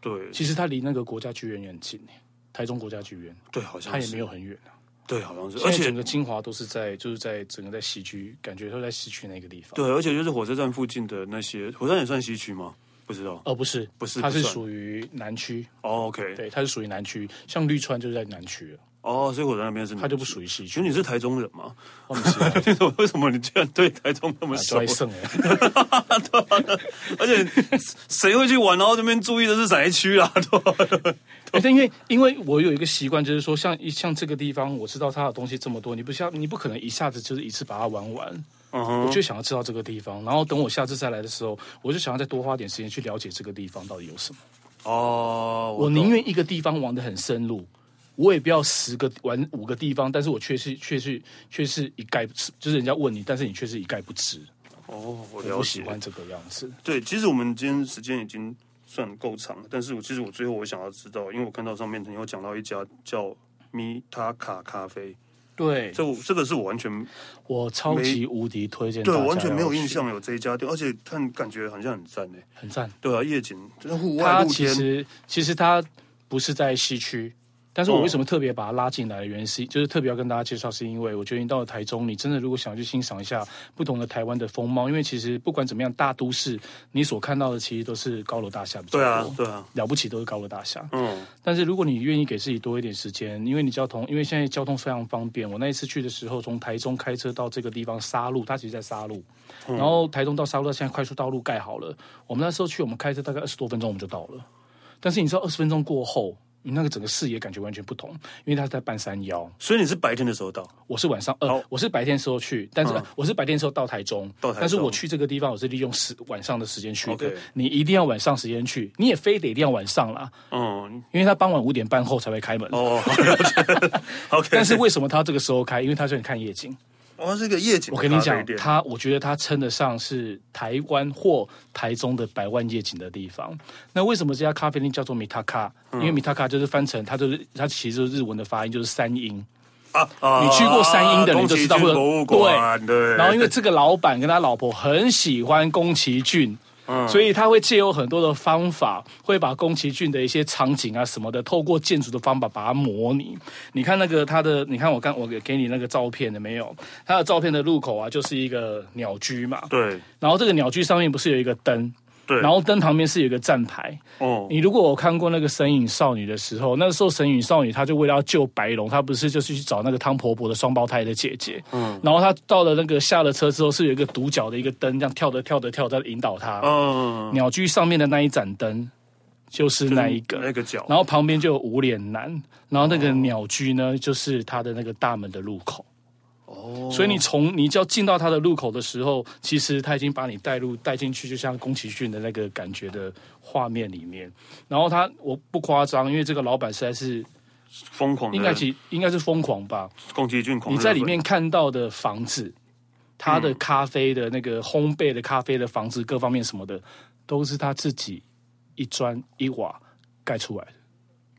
[SPEAKER 1] 对
[SPEAKER 2] 其实它离那个国家剧院也很近，欸台中国家剧院，
[SPEAKER 1] 对，好像
[SPEAKER 2] 它也
[SPEAKER 1] 是
[SPEAKER 2] 没有很远、啊、
[SPEAKER 1] 对，好像哦是，
[SPEAKER 2] 而
[SPEAKER 1] 而
[SPEAKER 2] 且
[SPEAKER 1] 且
[SPEAKER 2] 整个精华都是在，就是在整个在西区，感觉都在西区那个地方。，
[SPEAKER 1] 对，而且就是火车站附近的那些，火车站也算西区吗？不知道。
[SPEAKER 2] 哦，不是，
[SPEAKER 1] 不是
[SPEAKER 2] 它是
[SPEAKER 1] 不算
[SPEAKER 2] 属于南区，
[SPEAKER 1] 哦，OK，
[SPEAKER 2] 对，它是属于南区，像绿川就是在南区了，
[SPEAKER 1] 哦，所以火车站那边是
[SPEAKER 2] 它就不
[SPEAKER 1] 于。
[SPEAKER 2] 属于西
[SPEAKER 1] 其实
[SPEAKER 2] 区。
[SPEAKER 1] 你是台中人吗？
[SPEAKER 2] 我们是啊
[SPEAKER 1] 为什么？ [LAUGHS] 为什么你居然对台中那么熟
[SPEAKER 2] [LAUGHS] 就？在剩哎，
[SPEAKER 1] 而且谁会去玩？然后这边注意的是哪一区啊？ [LAUGHS] 对吧
[SPEAKER 2] [LAUGHS] 欸但因为因为我有一个习惯，就是说像一像这个地方，我知道它的东西这么多，你不像你不可能一下子就是一次把它玩完。
[SPEAKER 1] 嗯
[SPEAKER 2] 我
[SPEAKER 1] 哼，
[SPEAKER 2] 就想要知道这个地方，然后等我下次再来的时候，我就想要再多花点时间去了解这个地方到底有什么。
[SPEAKER 1] 哦，
[SPEAKER 2] 我
[SPEAKER 1] 懂
[SPEAKER 2] 宁愿一个地方玩的很深入，我也不要十个玩五个地方，但是我却是却是却是一概不知，就是人家问你，但是你却是一概不知。
[SPEAKER 1] 哦，我
[SPEAKER 2] 我
[SPEAKER 1] 了
[SPEAKER 2] 不喜
[SPEAKER 1] 解。
[SPEAKER 2] 欢这个样子。
[SPEAKER 1] 对，其实我们今天时间已经算够长了，但是我其实我最后我想要知道，因为我看到上面你有讲到一家叫米塔卡咖啡，
[SPEAKER 2] 对，
[SPEAKER 1] 这我这个是我完全
[SPEAKER 2] 我超级无敌推荐，
[SPEAKER 1] 对我完全没有印，象有这一家店，而且看感觉好像很赞诶。
[SPEAKER 2] 很赞。
[SPEAKER 1] 对啊，夜景就是户外
[SPEAKER 2] 它
[SPEAKER 1] 露
[SPEAKER 2] 其
[SPEAKER 1] 天，
[SPEAKER 2] 实其实它不是在西区，但是
[SPEAKER 1] 哦
[SPEAKER 2] 我为什么特别把它拉进来的原因是，就是特别要跟大家介绍，是因为我觉得你到了台中，你真的如果想去欣赏一下不同的台湾的风貌，因为其实不管怎么样，大都市你所看到的其实都是高楼大厦比较
[SPEAKER 1] 对啊
[SPEAKER 2] 多，
[SPEAKER 1] 对啊，
[SPEAKER 2] 了不起都是高楼大厦。
[SPEAKER 1] 嗯，
[SPEAKER 2] 但是如果你愿意给自己多一点时间，因为你交通，因为现在交通非常方便。我那一次去的时候，从台中开车到这个地方沙鹿，它其实在沙鹿，
[SPEAKER 1] 嗯
[SPEAKER 2] 然后台中到沙鹿，现在快速道路盖好了。我们那时候去，我们开车大概二十多分钟我们就到了。但是你知道，二十分钟过后，你那个整个视野感觉完全不同，因为它是在半山腰。
[SPEAKER 1] 所以你是白天的时候到，
[SPEAKER 2] 我是晚上，呃
[SPEAKER 1] 好，嗯
[SPEAKER 2] 我是白天的时候去，但是、呃我是白天的时候到台中，
[SPEAKER 1] 到台中
[SPEAKER 2] 但是我去这个地方，我是利用时晚上的时间去的。
[SPEAKER 1] OK
[SPEAKER 2] 你一定要晚上时间去，你也非得一定要晚上啦，
[SPEAKER 1] 嗯，
[SPEAKER 2] 因为它傍晚五点半后才会开门。
[SPEAKER 1] 哦
[SPEAKER 2] [LAUGHS]
[SPEAKER 1] 了解，OK，
[SPEAKER 2] 但是为什么他这个时候开？因为他叫你看夜景。
[SPEAKER 1] 哦，是个夜景的
[SPEAKER 2] 我
[SPEAKER 1] 咖
[SPEAKER 2] 跟
[SPEAKER 1] 啡店，
[SPEAKER 2] 你讲，他我觉得他称得上是台湾或台中的百万夜景的地方。那为什么这家咖啡店叫做米塔卡？
[SPEAKER 1] 嗯
[SPEAKER 2] 因为米塔卡就是翻成，它就是它其实就是日文的发音就是三音。
[SPEAKER 1] 啊啊，
[SPEAKER 2] 你去过山阴的人
[SPEAKER 1] 宫
[SPEAKER 2] 就
[SPEAKER 1] 崎
[SPEAKER 2] 知道
[SPEAKER 1] 骏
[SPEAKER 2] 会有
[SPEAKER 1] 博物馆，对，
[SPEAKER 2] 然后因为这个老板跟他老婆很喜欢宫崎骏，
[SPEAKER 1] 嗯
[SPEAKER 2] 所以他会借由很多的方法，会把宫崎骏的一些场景啊什么的，透过建筑的方法把它模拟。你看那个他的，你看我刚我给给你那个照片了没有？他的照片的入口啊，就是一个鸟居嘛，
[SPEAKER 1] 对
[SPEAKER 2] 然后这个鸟居上面不是有一个灯，
[SPEAKER 1] 对，
[SPEAKER 2] 然后灯旁边是有一个站牌，
[SPEAKER 1] 哦，
[SPEAKER 2] 你如果有看过那个《神隐少女》的时候，那时候《神隐少女》她就为了要救白龙，她不是就是去找那个汤婆婆的双胞胎的姐姐，嗯，然后她到了那个下了车之后，是有一个独角的一个灯，这样跳着跳着跳着引导她。
[SPEAKER 1] 嗯，
[SPEAKER 2] 鸟居上面的那一盏灯就是那一个，
[SPEAKER 1] 那个角，
[SPEAKER 2] 然后旁边就有无脸男，然后那个鸟居呢，就是他的那个大门的入口。哦，所以你从你只要进到他的入口的时候，其实他已经把你带入带进去，就像宫崎骏的那个感觉的画面里面。然后他我不夸张，因为这个老板实在是
[SPEAKER 1] 疯狂的
[SPEAKER 2] 应该其应该是疯狂吧？
[SPEAKER 1] 宫崎骏嗯狂
[SPEAKER 2] 你
[SPEAKER 1] 热粉，
[SPEAKER 2] 在里面看到的房子，他的咖啡的那个烘焙的咖啡的房子，各方面什么的，都是他自己一砖一瓦盖出来的。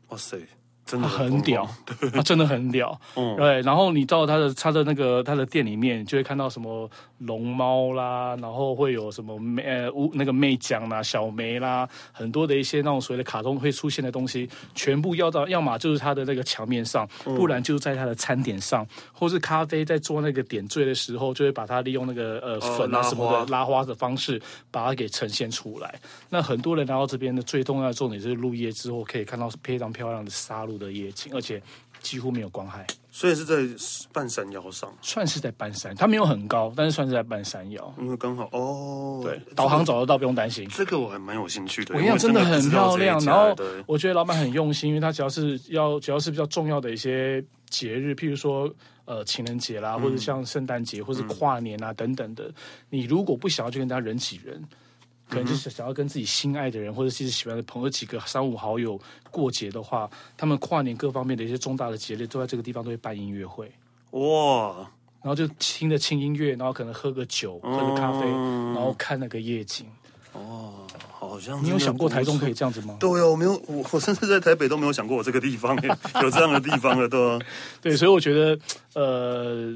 [SPEAKER 1] 哇塞，真的
[SPEAKER 2] 他啊很
[SPEAKER 1] 疯狂 [LAUGHS]
[SPEAKER 2] 屌，他真的很屌。
[SPEAKER 1] 嗯
[SPEAKER 2] 对，然后你到他的他的那个他的店里面，就会看到什么龙猫啦，然后会有什么妹呃乌那个妹酱啦、小梅啦，很多的一些那种所谓的卡通会出现的东西，全部要到，要么就是他的那个墙面上，
[SPEAKER 1] 嗯
[SPEAKER 2] 不然就是在他的餐点上，或是咖啡在做那个点缀的时候，就会把它利用那个呃粉啊
[SPEAKER 1] 哦拉
[SPEAKER 2] 什么
[SPEAKER 1] 花
[SPEAKER 2] 的拉花的方式，把它给呈现出来。那很多人来到这边的最重要的重点就是入夜之后可以看到非常漂亮的沙路的夜景，而且几乎没有光害，
[SPEAKER 1] 所以是在半山腰上，
[SPEAKER 2] 算是在半山，它没有很高，但是算是在半山腰。
[SPEAKER 1] 因为刚好哦，
[SPEAKER 2] 对，导航找得到，不用担心。
[SPEAKER 1] 这个我还蛮有兴趣的，
[SPEAKER 2] 我跟
[SPEAKER 1] 因
[SPEAKER 2] 你
[SPEAKER 1] 为
[SPEAKER 2] 讲，
[SPEAKER 1] 我
[SPEAKER 2] 真的
[SPEAKER 1] 不
[SPEAKER 2] 很
[SPEAKER 1] 知道
[SPEAKER 2] 漂亮。
[SPEAKER 1] 这一
[SPEAKER 2] 然
[SPEAKER 1] 家
[SPEAKER 2] 后
[SPEAKER 1] 对
[SPEAKER 2] 我觉得老板很用心，因为他只要是要只要是比较重要的一些节日，譬如说呃情人节啦，或者像圣诞节，
[SPEAKER 1] 嗯
[SPEAKER 2] 或者跨年啊、等等的，你如果不想要去跟他人挤人。可能
[SPEAKER 1] 嗯
[SPEAKER 2] 就是想要跟自己心爱的人，或者是喜欢的朋友几个三五好友过节的话，他们跨年各方面的一些重大的节日都在这个地方都会办音乐会。
[SPEAKER 1] 哇，
[SPEAKER 2] 然后就听着轻音乐，然后可能喝个酒、
[SPEAKER 1] 哦
[SPEAKER 2] 喝个咖啡，然后看那个夜景。
[SPEAKER 1] 好像
[SPEAKER 2] 你有
[SPEAKER 1] 真的
[SPEAKER 2] 想过
[SPEAKER 1] 不
[SPEAKER 2] 台中
[SPEAKER 1] 错
[SPEAKER 2] 可以这样子吗？
[SPEAKER 1] 嗯对啊，我没有，我我甚至在台北都没有想过我这个地方 [LAUGHS] 有这样的地方了，对啊，
[SPEAKER 2] 对，所以我觉得，呃，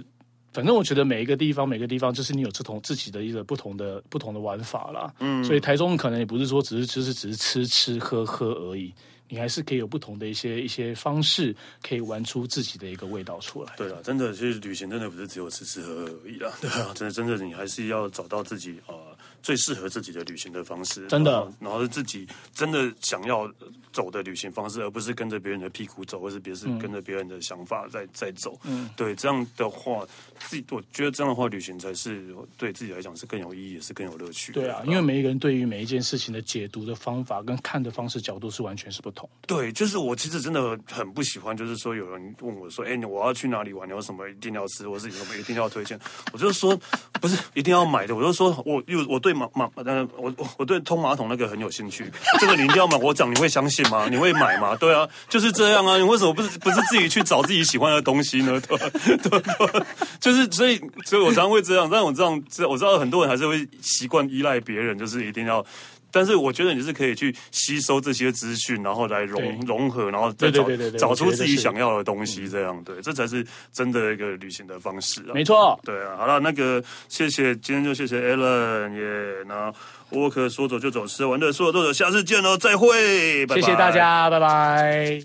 [SPEAKER 2] 反正我觉得每一个地方，每个地方就是你有这同自己的一个不同的不同的玩法啦。嗯，所以台中可能也不是说只是就是只是吃吃喝喝而已，你还是可以有不同的一些一些方式，可以玩出自己的一个味道出来。
[SPEAKER 1] 对啊，真的，其实旅行真的不是只有吃吃喝喝而已啦，对啊， [LAUGHS] 真的真的你还是要找到自己啊、呃最适合自己的旅行的方式，
[SPEAKER 2] 真的
[SPEAKER 1] 然后，然后是自己真的想要呃走的旅行方式，而不是跟着别人的屁股走，或是别是
[SPEAKER 2] 嗯
[SPEAKER 1] 跟着别人的想法在在走，嗯，对，这样的话，自己我觉得这样的话，旅行才是对自己来讲是更有意义，也是更有乐趣的，
[SPEAKER 2] 对啊，因为每一个人对于每一件事情的解读的方法跟看的方式角度是完全是不同的。
[SPEAKER 1] 对，就是我其实真的很不喜欢，就是说有人问我说：“哎、你我要去哪里玩？你有什么一定要吃，或是有什么一定要推荐？”我就说不是一定要买的，我就说我又我对马马呃我我我对通马桶那个很有兴趣，这个你一定要买。我讲你会相信吗？你会买吗？对啊，就是这样啊。你为什么不是不是自己去找自己喜欢的东西呢？对吧、 [LAUGHS] 对吧、对吧就是所以所以我常常会这样，但我这样我知道很多人还是会习惯依赖别人，就是一定要。但是我觉得你是可以去吸收这些资讯，然后来融
[SPEAKER 2] 对
[SPEAKER 1] 融合，然后再
[SPEAKER 2] 对
[SPEAKER 1] 找
[SPEAKER 2] 对对对对
[SPEAKER 1] 找
[SPEAKER 2] 我觉
[SPEAKER 1] 出
[SPEAKER 2] 得
[SPEAKER 1] 自己
[SPEAKER 2] 是嗯
[SPEAKER 1] 想要的东西，这样对，这才是真的一个旅行的方式啊。
[SPEAKER 2] 没错，
[SPEAKER 1] 对啊，好了，那个谢谢，今天就谢谢 Alan 耶，那沃哦克说走就走，吃完的说走就走，下次见喽，再会，拜拜
[SPEAKER 2] 谢谢大。家，拜拜